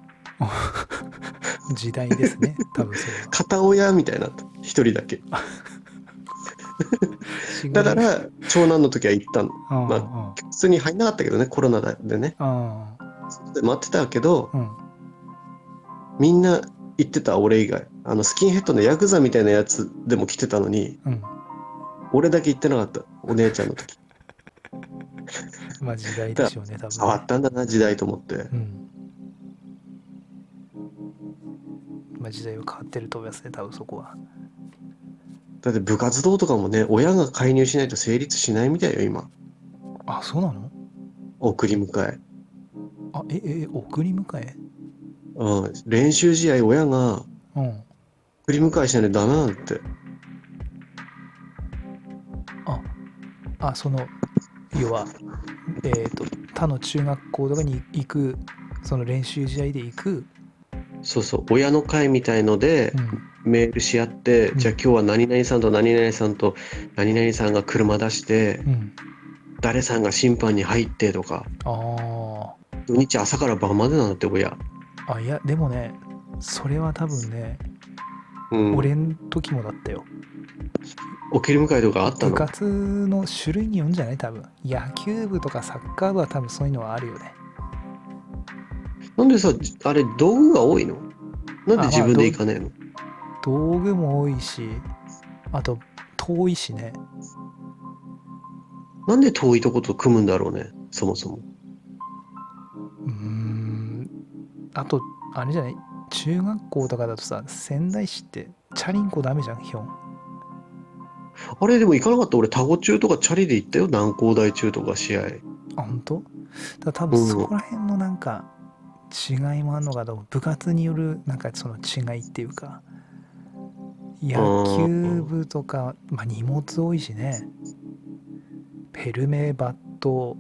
時代ですね多分それは
片親みたいになった一人だけ
(laughs)
だか、ら長男の時は行ったの
うんうん
ま
うん
普通に入んなかったけどねコロナでね
あ
で待ってたけど
あうん
みんな行ってた俺以外あのスキンヘッドのヤクザみたいなやつでも来てたのに
うん
俺だけ行ってなかったお姉ちゃんの時
まあ時代でしょうね、多分ね。
変わったんだな時代と思って
うん。まあ時代は変わってると思いますね、多分そこは。
だって部活動とかもね親が介入しないと成立しないみたいよ今
あ、そうなの
送り迎え、
あ、え、え、送り迎え
うん、練習試合親が
うん。
送り迎えしないとダメなんだって
あ、その、要は、えっ、と、他の中学校とかに行く、その練習試合で行く、
そうそう親の会みたいので
うん。
メールし合って、
うん
じゃあ今日は何々さんと何々さんと何々さんが車出して
うん。
誰さんが審判に入ってとか
あ
土日朝から晩までなんだって親、
あ。あ、いや、でもね、それは多分ね、
うん、
俺ん時もだったよ。
お切り迎えとかあった
部
の
活の種類によるんじゃない多分。野球部とかサッカー部は多分そういうのはあるよね。
なんでさあれ道具が多いのなんで自分で行かねえの、
道具も多いしあと遠いしね
なんで遠いとこと組むんだろうねそもそも
うーんあとあれじゃない中学校とかだとさ仙台市ってチャリンコダメじゃん基本
あれでも行かなかった俺タゴ中とかチャリで行ったよ南高台中とか試合
あ本当だから多分そこら辺のなんか違いもあるのかと思う部活によるなんかその違いっていうか野球部とか、まあ、荷物多いしねペルメバット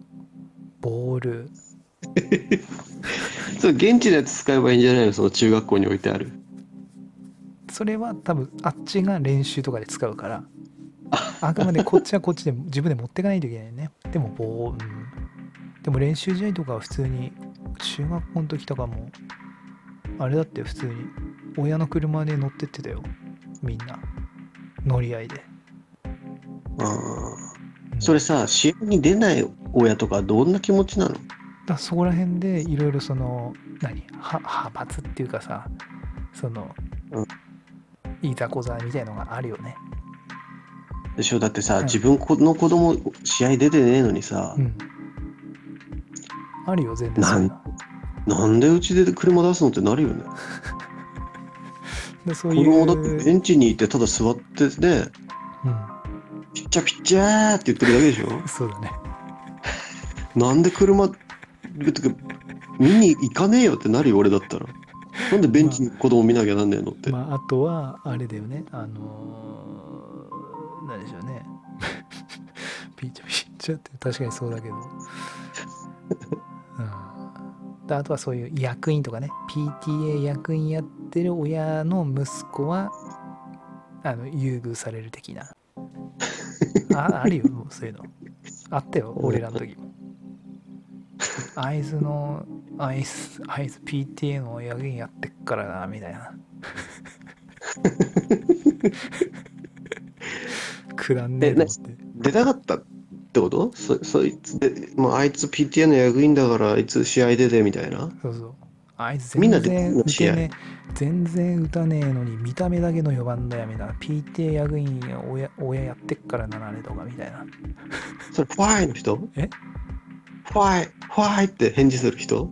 ボール
そう現地のやつ使えばいいんじゃないのその中学校に置いてある
それは多分あっちが練習とかで使うからあくまでこっちはこっちで自分で持ってかないといけないねでも棒、うん、でも練習試合とかは普通に中学校の時とかもあれだって普通に親の車で乗ってってたよみんな乗り合いで、
ああ。
うん
それさ、試合に出ない親とかどんな気持ちなの
だからそこら辺でいろいろその何は派閥っていうかさその、
うん
いざこざみたいのがあるよね
でしょだって
う
さ、
ん
自分この子供、試合出てねえのにさ
う、んあるよ全然そういうの
なんでうちで車出すのってなるよね。
でそう
子
いう
供だってベンチにいて、ただ座ってね、
う
ピッチャピッチャーって言ってるだけでしょ
んそうだね
なんで車、てか見に行かねえよってなるよ、俺だったら。なんでベンチに子供見なきゃなんねえのって。
まああとはあれだよねあのー、何でしょうね (laughs) ピッチャピッチャって確かにそうだけど、うん、であとはそういう役員とかね PTA 役員やってる親の息子はあの優遇される的
(laughs)
なああるよもうそういうのあったよ俺らの時
(laughs)
も会津の会津会津 PTA の役員やってっからなみたい
(laughs)
なくだんねえと思って。
出たかったってことそそいつで、まあ、あいつ PTA の役員だから、あいつ試合出てみたいな。
そうそう。あいつ
みん
全
なで
然
の
打
試
て
合
ねえ全然打たねえのに見た目だけの4番だよみたいな。PTA 役員や親親やってっからなられとかみたいな。
それ、ファイの人
え
ファイ、ファイって返事する人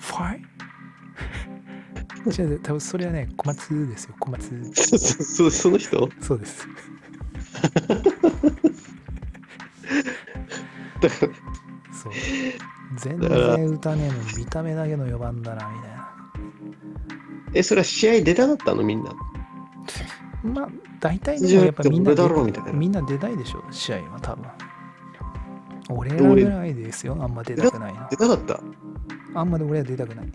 フ
(laughs)
ァイ違う違う多分それはね、小松ですよ、小松。
そそその人
そうです。
だから
そう。全然打たねえのに見た目だけの4番だなみたいな。
え、それは試合出たかったのみんな。
まあ、大体ね、
じゃあ
やっぱみんな
俺だ
出
ろみたいな
みんな出たいでしょ、試合は多分。俺らぐらいですよ、あんま出たくないな
出。たかった。
あんまり俺は出たくない。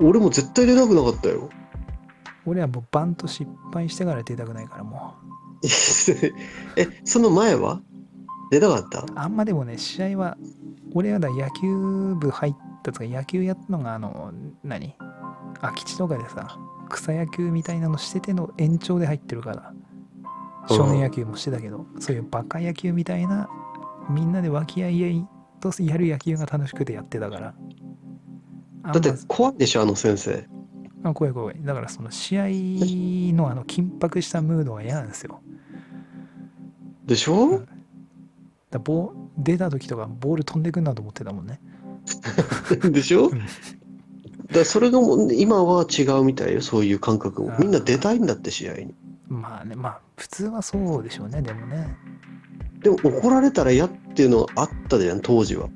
俺も絶対出たくなかっ
(laughs)
たよ。
俺はもうバント失敗してから出たくないからも
え、その前は出たかった
う。あんまでもね、試合は、俺はだ野球部入ったとか、野球やったのが、あの、何空き地とかでさ、草野球みたいなのしてての延長で入ってるから、少年野球もしてたけど、そういうバカ野球みたいな、みんなで和気あいあいとやる野球が楽しくてやってたから。あ
だっ
ん
て
ま
怖いでしょ、あの先生。
あ怖い怖いだからその試合のあの緊迫したムードが嫌なんですよ
でしょ、
うんだボ出た時とかボール飛んでくんなと思ってたもんね
でしょ
うん
だそれがもう今は違うみたいよ、そういう感覚も
あ。ー
みんな出たいんだって、試合に。
まあねまあ普通はそうでしょうねでもね
でも怒られたら嫌っていうのはあったじゃん、当時は。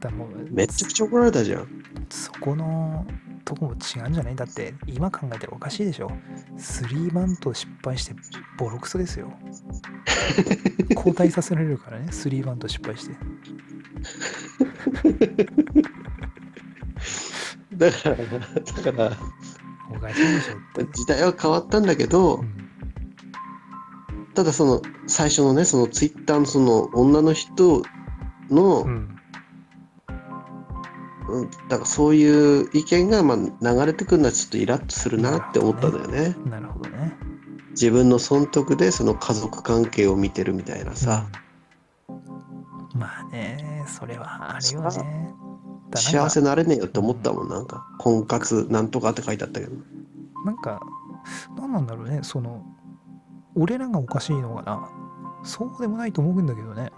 だもう
めちゃくちゃ怒られたじゃん。
そこのとこも違うんじゃないだって今考えたらおかしいでしょスリーバント失敗してボロクソ
(laughs)
ですよ交代させられるからねスリーバント失敗して
だから、だから、
おかしいでしょって、
時代は変わったんだけど、
うん
ただその最初のねそのツイッターのその女の人の、
うん、
うんだからそういう意見がまあ流れてくるのはちょっとイラッとするなって思ったんだよね
なるほどね
自分の損得でその家族関係を見てるみたいなさ、
うんまあねそれはあるよ
さ
ねだからなん
幸
か
せなれねえよって思ったもんなんか婚活なんとかって書いてあったけど
なんか何なんだろうねその俺らがおかしいのかなそうでもないと思うんだけどね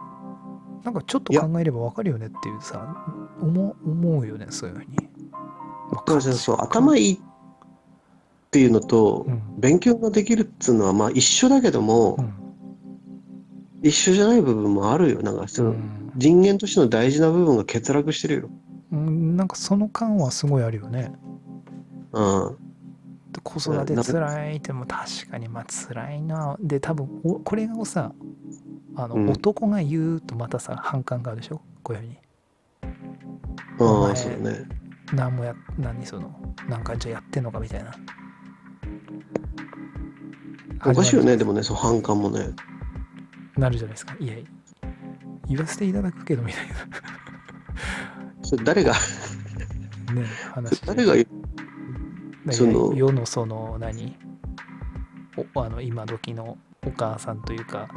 なんかちょっと
いや
考えればわかるよねっていうさ思う思うよねそういうふうにわ
そうそうそう頭いいっていうのと、
うん
勉強ができるっつうのはまあ一緒だけども、
うん
一緒じゃない部分もあるよなんかその、人間としての大事な部分が欠落してるよ
うん、なんかその感はすごいあるよね
うん
で子育てつらいっても確かにまあつらいなで多分おこれをさあの、
うん
男が言うとまたさ反感があるでしょこういうふうにお
あ
前
あ、そうね。
何もや何そのなんかじゃあやってんのかみたいな
おかしいよね、
始
でもね、そう反感もね。
まるなるじゃないですかいや言わせていただくけどみたいな
それ誰が
ね話
誰が言う
だ
その
世のその何おあの今時のお母さんというか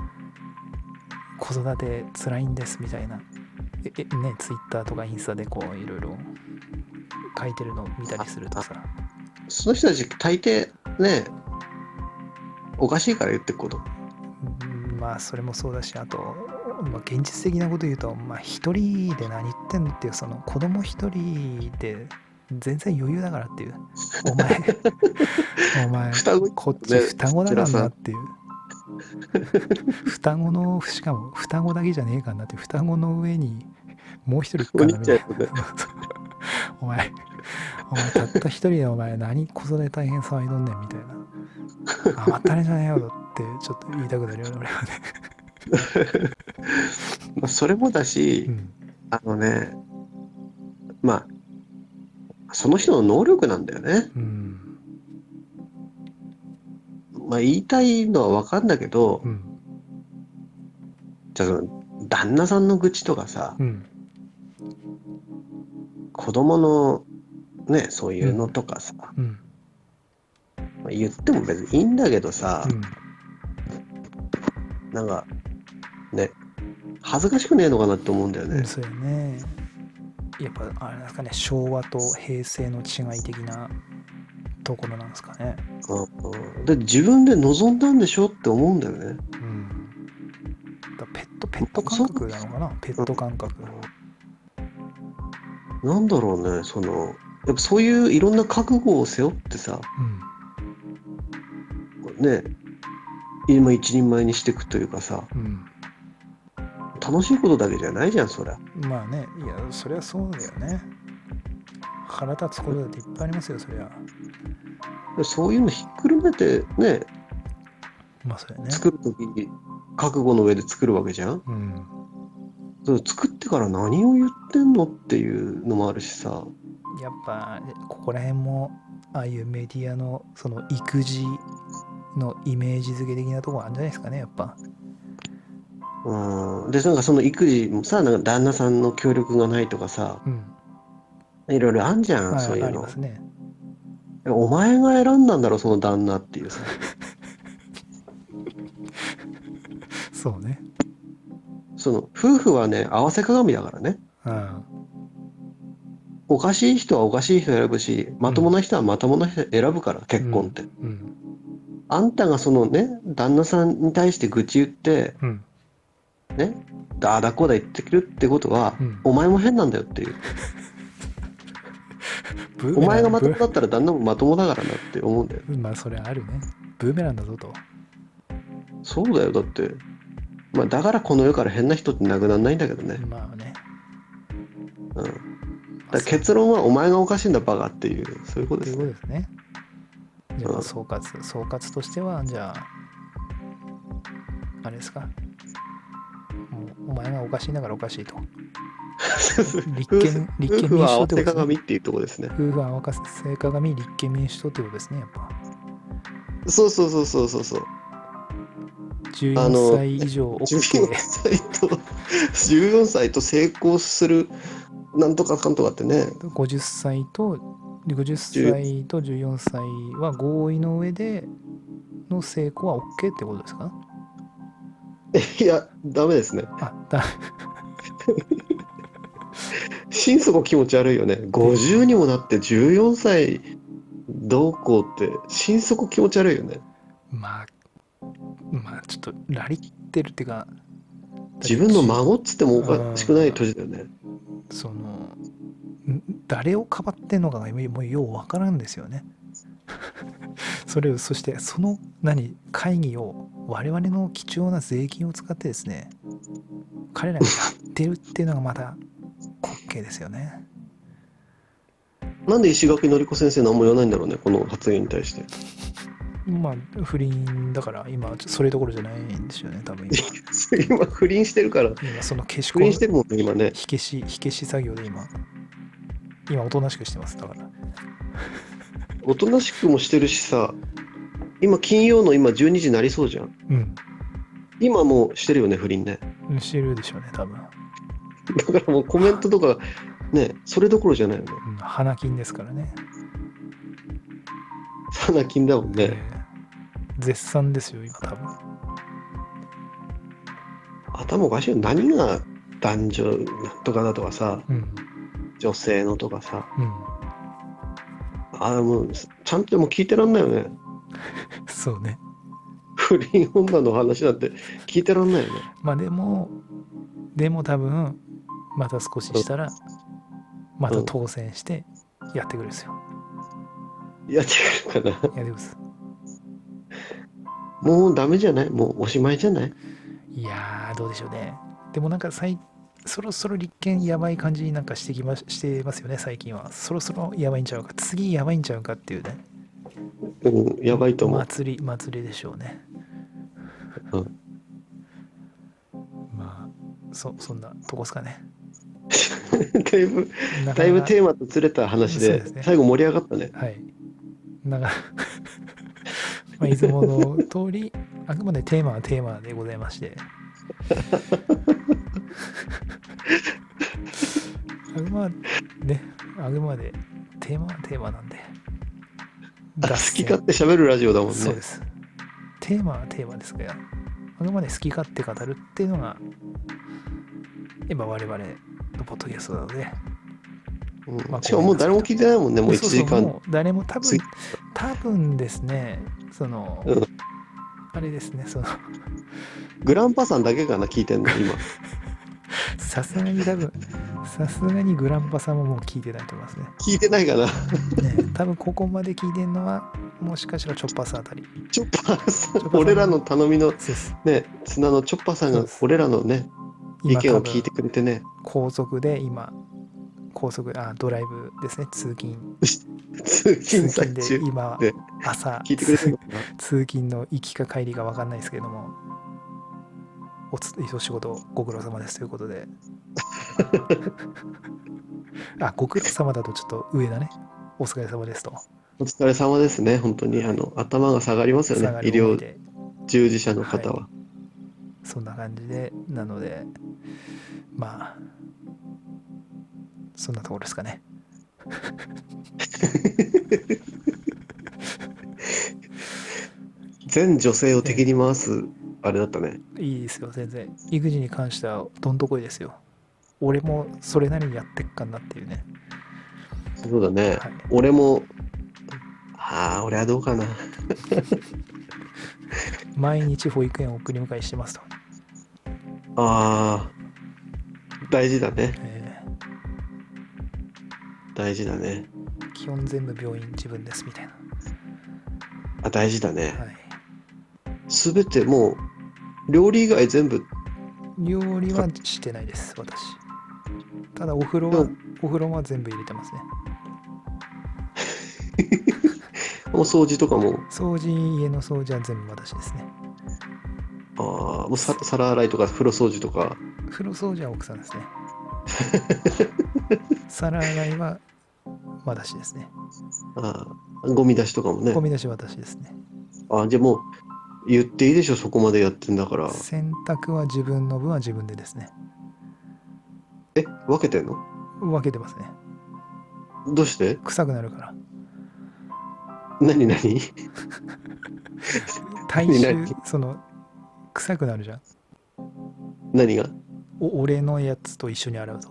子育て辛いんですみたいなええねツイッターとかインスタでこういろいろ書いてるのを見たりするとさ
その人たち大抵ねおかしいから言ってくこと
うんまあそれもそうだしあと、まあ、現実的なこと言うとまあ一人で何言ってんのっていうその子供一人で全然余裕だからっていうお前お前
双子
こっち双子だからなっていう。双子のしかも双子だけじゃねえかなって双子の上にもう一人来っか
お
らな
兄
み
ち
た
ゃ
い
んとね
な (laughs) お前お前たった一人でお前何子育て大変騒いどんねんみたい (laughs) な甘ったれじゃねえよってちょっと言いたくなるよね俺はね、
まあそれもだし、
うん
あのねまあその人の能力なんだよね
うん
まあ言いたいのは分かんだけど、
うん
じゃあその旦那さんの愚痴とかさ、
うん
子供のねそういうのとかさ、
うん
まあ言っても別にいいんだけどさ、
うん
なんかね恥ずかしくねえのかなって思うんだよね、
そうやねやっぱあれなんですかね昭和と平成の違い的なところなんですかね
うんで自分で望んだんでしょって思うんだよね
うんだペットペット感覚なのかなペット感覚
なんだろうねそのやっぱそういういろんな覚悟を背負ってさ
うん
ね今一人前にしていくというかさ
うん
楽しいことだけじゃないじゃんそりゃ
まあねいやそりゃそうだよね腹立つことだっていっぱいありますよそりゃ
そういうのひっくるめてね
まあそうやね
作る時に覚悟の上で作るわけじゃん
うん
それ作ってから何を言ってんのっていうのもあるしさ
やっぱここら辺もああいうメディアのその育児のイメージ付け的なところあるんじゃないですかねやっぱ
うんでなんかその育児もさなんか旦那さんの協力がないとかさ
うん
いろいろあんじゃん、
あ
そうい
あ
う
り
の
ますね
お前が選んだんだろその旦那っていうさ
そうね
その夫婦はね合わせ鏡だからね
うん
おかしい人はおかしい人選ぶしまともな人はまともな人選ぶから、結婚って、
うん
あんたがそのね旦那さんに対して愚痴言って
うん
ねああだこうだ言ってくるってことは、
うん
お前も変なんだよっていうお前がまともだったら旦那もまともだからなって思うんだよ
まあそれあるねブーメランだぞと
そうだよだってまあだからこの世から変な人ってなくならないんだけどね、
まあね
うん、だから結論はお前がおかしいんだバカっていうそういうこと
と
で
いう
す
こと
ね
ですね。じゃ
う
あ
ん
総括、総括としては、じゃあ、あれですか。もうお前がおかしいんだからおかしいと。立憲、立
夫
憲
婦
民
は
主
合
党っ
わ
てことです
せ
ね
鏡。っていうとこですね
夫婦は合わせ鏡、立憲民主党ってことですね、やっぱ。
そうそうそうそうそうそうあ
14
の
歳以上 OK
14。歳と14歳と成功するなんとかかんとかってね
50歳と、50歳と14歳は合意の上での成功は OK ってことですか
いやダメですね
あ、だ、
心底気持ち悪いよね50にもなって14歳どうこうって心底気持ち悪いよね
まあ、まあちょっとラリってるっていうか、
自分の孫っつってもおかしくない年だよね
その、ん誰をかばってんのかがもうようわからんですよね。 (laughs) それを、そしてその何、会議を我々の貴重な税金を使ってですね、彼らがやってるっていうのがまた滑稽ですよね。
なんで石垣のりこ先生何も言わないんだろうねこの発言に対して (laughs)
まあ、不倫だから今、それどころじゃないんですよね、多分 (laughs) 今。
今不倫してるから
今、その消し
不
込み
倫してるもんね今ね
火消し、火消し作業で今、今おとなしくしてます、だから。
おとなしくもしてるしさ今金曜の今12時になりそうじゃん
うん。
今もうしてるよね不倫ね (laughs)
してるでしょうね、多分。
だからもうコメントとかね、それどころじゃないよね。
うん花金ですからね
花金だもんね。
えー絶賛ですよ今多分
頭おかしいよ。何が男女なんとかだとかさ、
うん
女性のとかさ、
うん
あもうちゃんともう聞いてらんないよね。 (laughs)
そうね
不倫女の話なんて聞いてらんないよね。
まあでもでも多分また少ししたらまた当選してやってくるんですよ
やってくるかな。
やってくるです
もうダメじゃないもうおしまいじゃない
いやーどうでしょうねでもなんか最そろそろ立憲やばい感じになんかしてきましてますよね最近はそろそろやばいんちゃうか次やばいんちゃうかっていうね
うん、やばいと思う。
祭り祭りでしょうね
う
まあそそんなとこですかね
(laughs) だいぶ、
なかなか
だいぶテーマとずれた話
そう
で
です、ね
最後盛り上がったね。
はい。なんか (laughs) まあ、いつもの通り、あくまでテーマはテーマでございま
(laughs)
して。あくまで、ね、あくまでテーマはテーマなんで。
あ好き勝手喋るラジオだもん
そう
ね
で。す。テーマはテーマですから、あくまで好き勝手語るっていうのが、今我々のポッドキャストなので。
うん
まあ
しかももう誰も聞いてないもんね、もう1
そう
時
そう
間
も。う誰も多
つい
分多分ですねその、
うん
あれですねその
グランパさんだけかな、聞いてんの、
(laughs)
今。
さすがに多分さすがにグランパさんももう聞いてないと思いますね
聞いてないか
(laughs)
な。
ね多分ここまで聞いてるのはもしかしたらチョッパーさんあたり
チョッパーさ
チョッパー
ん、
さん
俺らの頼みの
そうです
ね、綱のチョッパーさん
そう
が
です
俺らのね、意見
多
を
分
聞いてくれてね、
高速で今高速あドライブですね通勤
通
通勤
勤在
で
中、
今
で
朝
聞いてくれてるのかな。
通勤の行きか帰りか分かんないですけどもおつお仕事ご苦労様ですということ
(laughs)
であご苦労様だとちょっと上だねお疲れ様ですと
お疲れ様ですね、本当に。あの、頭が下がりますよね
下が、
医
りを見
療
て
従事者の方は。
そんな感じでなのでまあそんなところですかね
全女性を敵に回す、あれだったね。
いいですよ全然育児に関してはどんとこいですよ俺もそれなりにやってっかなっていうね、
そうだね。
はい、
俺も、ああ、俺はどうかな。
毎日保育園を送り迎えしてますと
ああ、大事だね。
え
大事だね。
ー基本全部病院自分ですみたいな。
あ、大事だね。
はい、
すべてもう、料理以外全部、
料理はしてないです、私。ただお風呂
う
は、お風呂は全部入れてますね。
もう掃除とかも、
掃除、家の掃除は全部私ですね。
ああ、もうさ皿洗いとか風呂掃除とか、
風呂掃除は奥さんですね。皿洗いは私ですね。
ああゴミ出しとかもね
ゴ。ミ出しは私ですね。
ああ、じゃあもう、言っていいでしょ、そこまでやってんだから。
洗濯は自分の分は自分でですね。
え、分けてんの
分けてますね。
どうして
臭くなるから。
何何
体臭、その、臭くなるじゃん。
何が
お俺のやつと一緒に洗うと。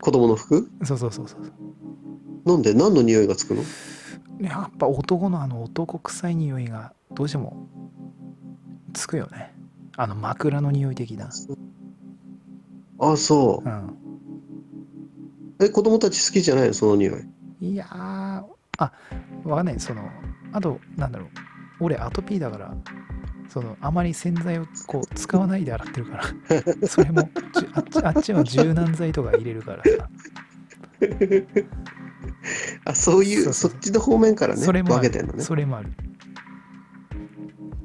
子供の服
そうそうそうそう。
なんで何の匂いがつくの
やっぱ男のあの男臭い匂いがどうしてもつくよねあの枕の匂い的な
ああ、そう
う。ん
え、子供たち好きじゃないのその匂い。
いやーあわかんないそのあとなんだろう俺アトピーだからそのあまり洗剤をこう使わないで洗ってるから
(laughs)
それもじあっちあっちは柔軟剤とか入れるからさ
あ、そういう、
そ
そ
そう
う
そう
っちの方面からね、
それもあ
分け
る
てんのね。
それもある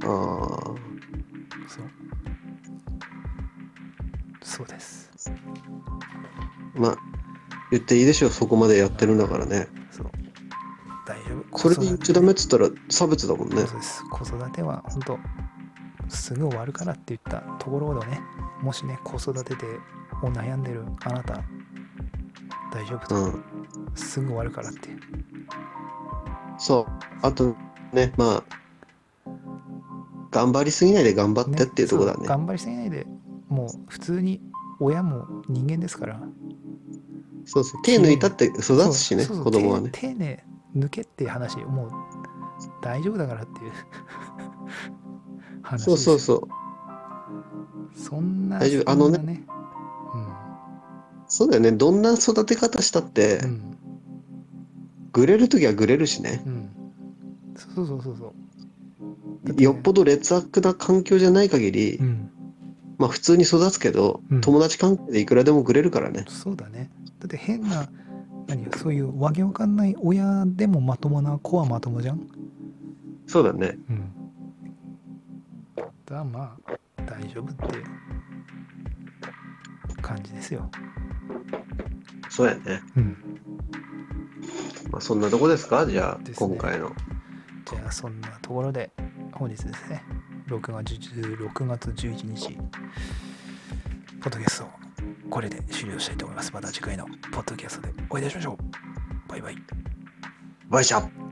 ああ、
そうそうです
まあ、言っていいでしょ、そこまでやってるんだからね。
そう大丈夫
それで言っちゃダメっつったら差別だもんね。
そうです子育ては本当すぐ終わるからって言ったところをねもしね子育てでを悩んでるあなた大丈夫と、
うん。
すぐ終わるからって
そう。あと、ね、まあ、頑張りすぎないで頑張ってっていうところだ
そう
ね。
頑張りすぎないでもう普通に親も人間ですから
そうそう。手抜いたって育つしね、
そうそう
子供はね。
手手ね抜けって話もう大丈夫だからっていう話
(laughs) そうそう
そ
そう。
そんな
大丈夫あのね
そんな
そうだよね。どんな育て方したって、
うんうん
グレるときはグレるしね。
うんそうそうそうそうだってね
よっぽど劣悪な環境じゃない限り、
うん
まあ普通に育つけど、
うん
友達関係でいくらでもグレるからね。
そうだねだって変な何そういうわけわかんない親でもまともな子はまともじゃん
そうだね。
うん。だまあ大丈夫って感じですよ。
そうやね。
うん。
まあそんなとこですかじゃあ、
ですね
今回の。
じゃあそんなところで本日ですね6月10 6月11日ポッドキャストをこれで終了したいと思います。また次回のポッドキャストでお会いいたしましょう。バイバイ。
バイシャ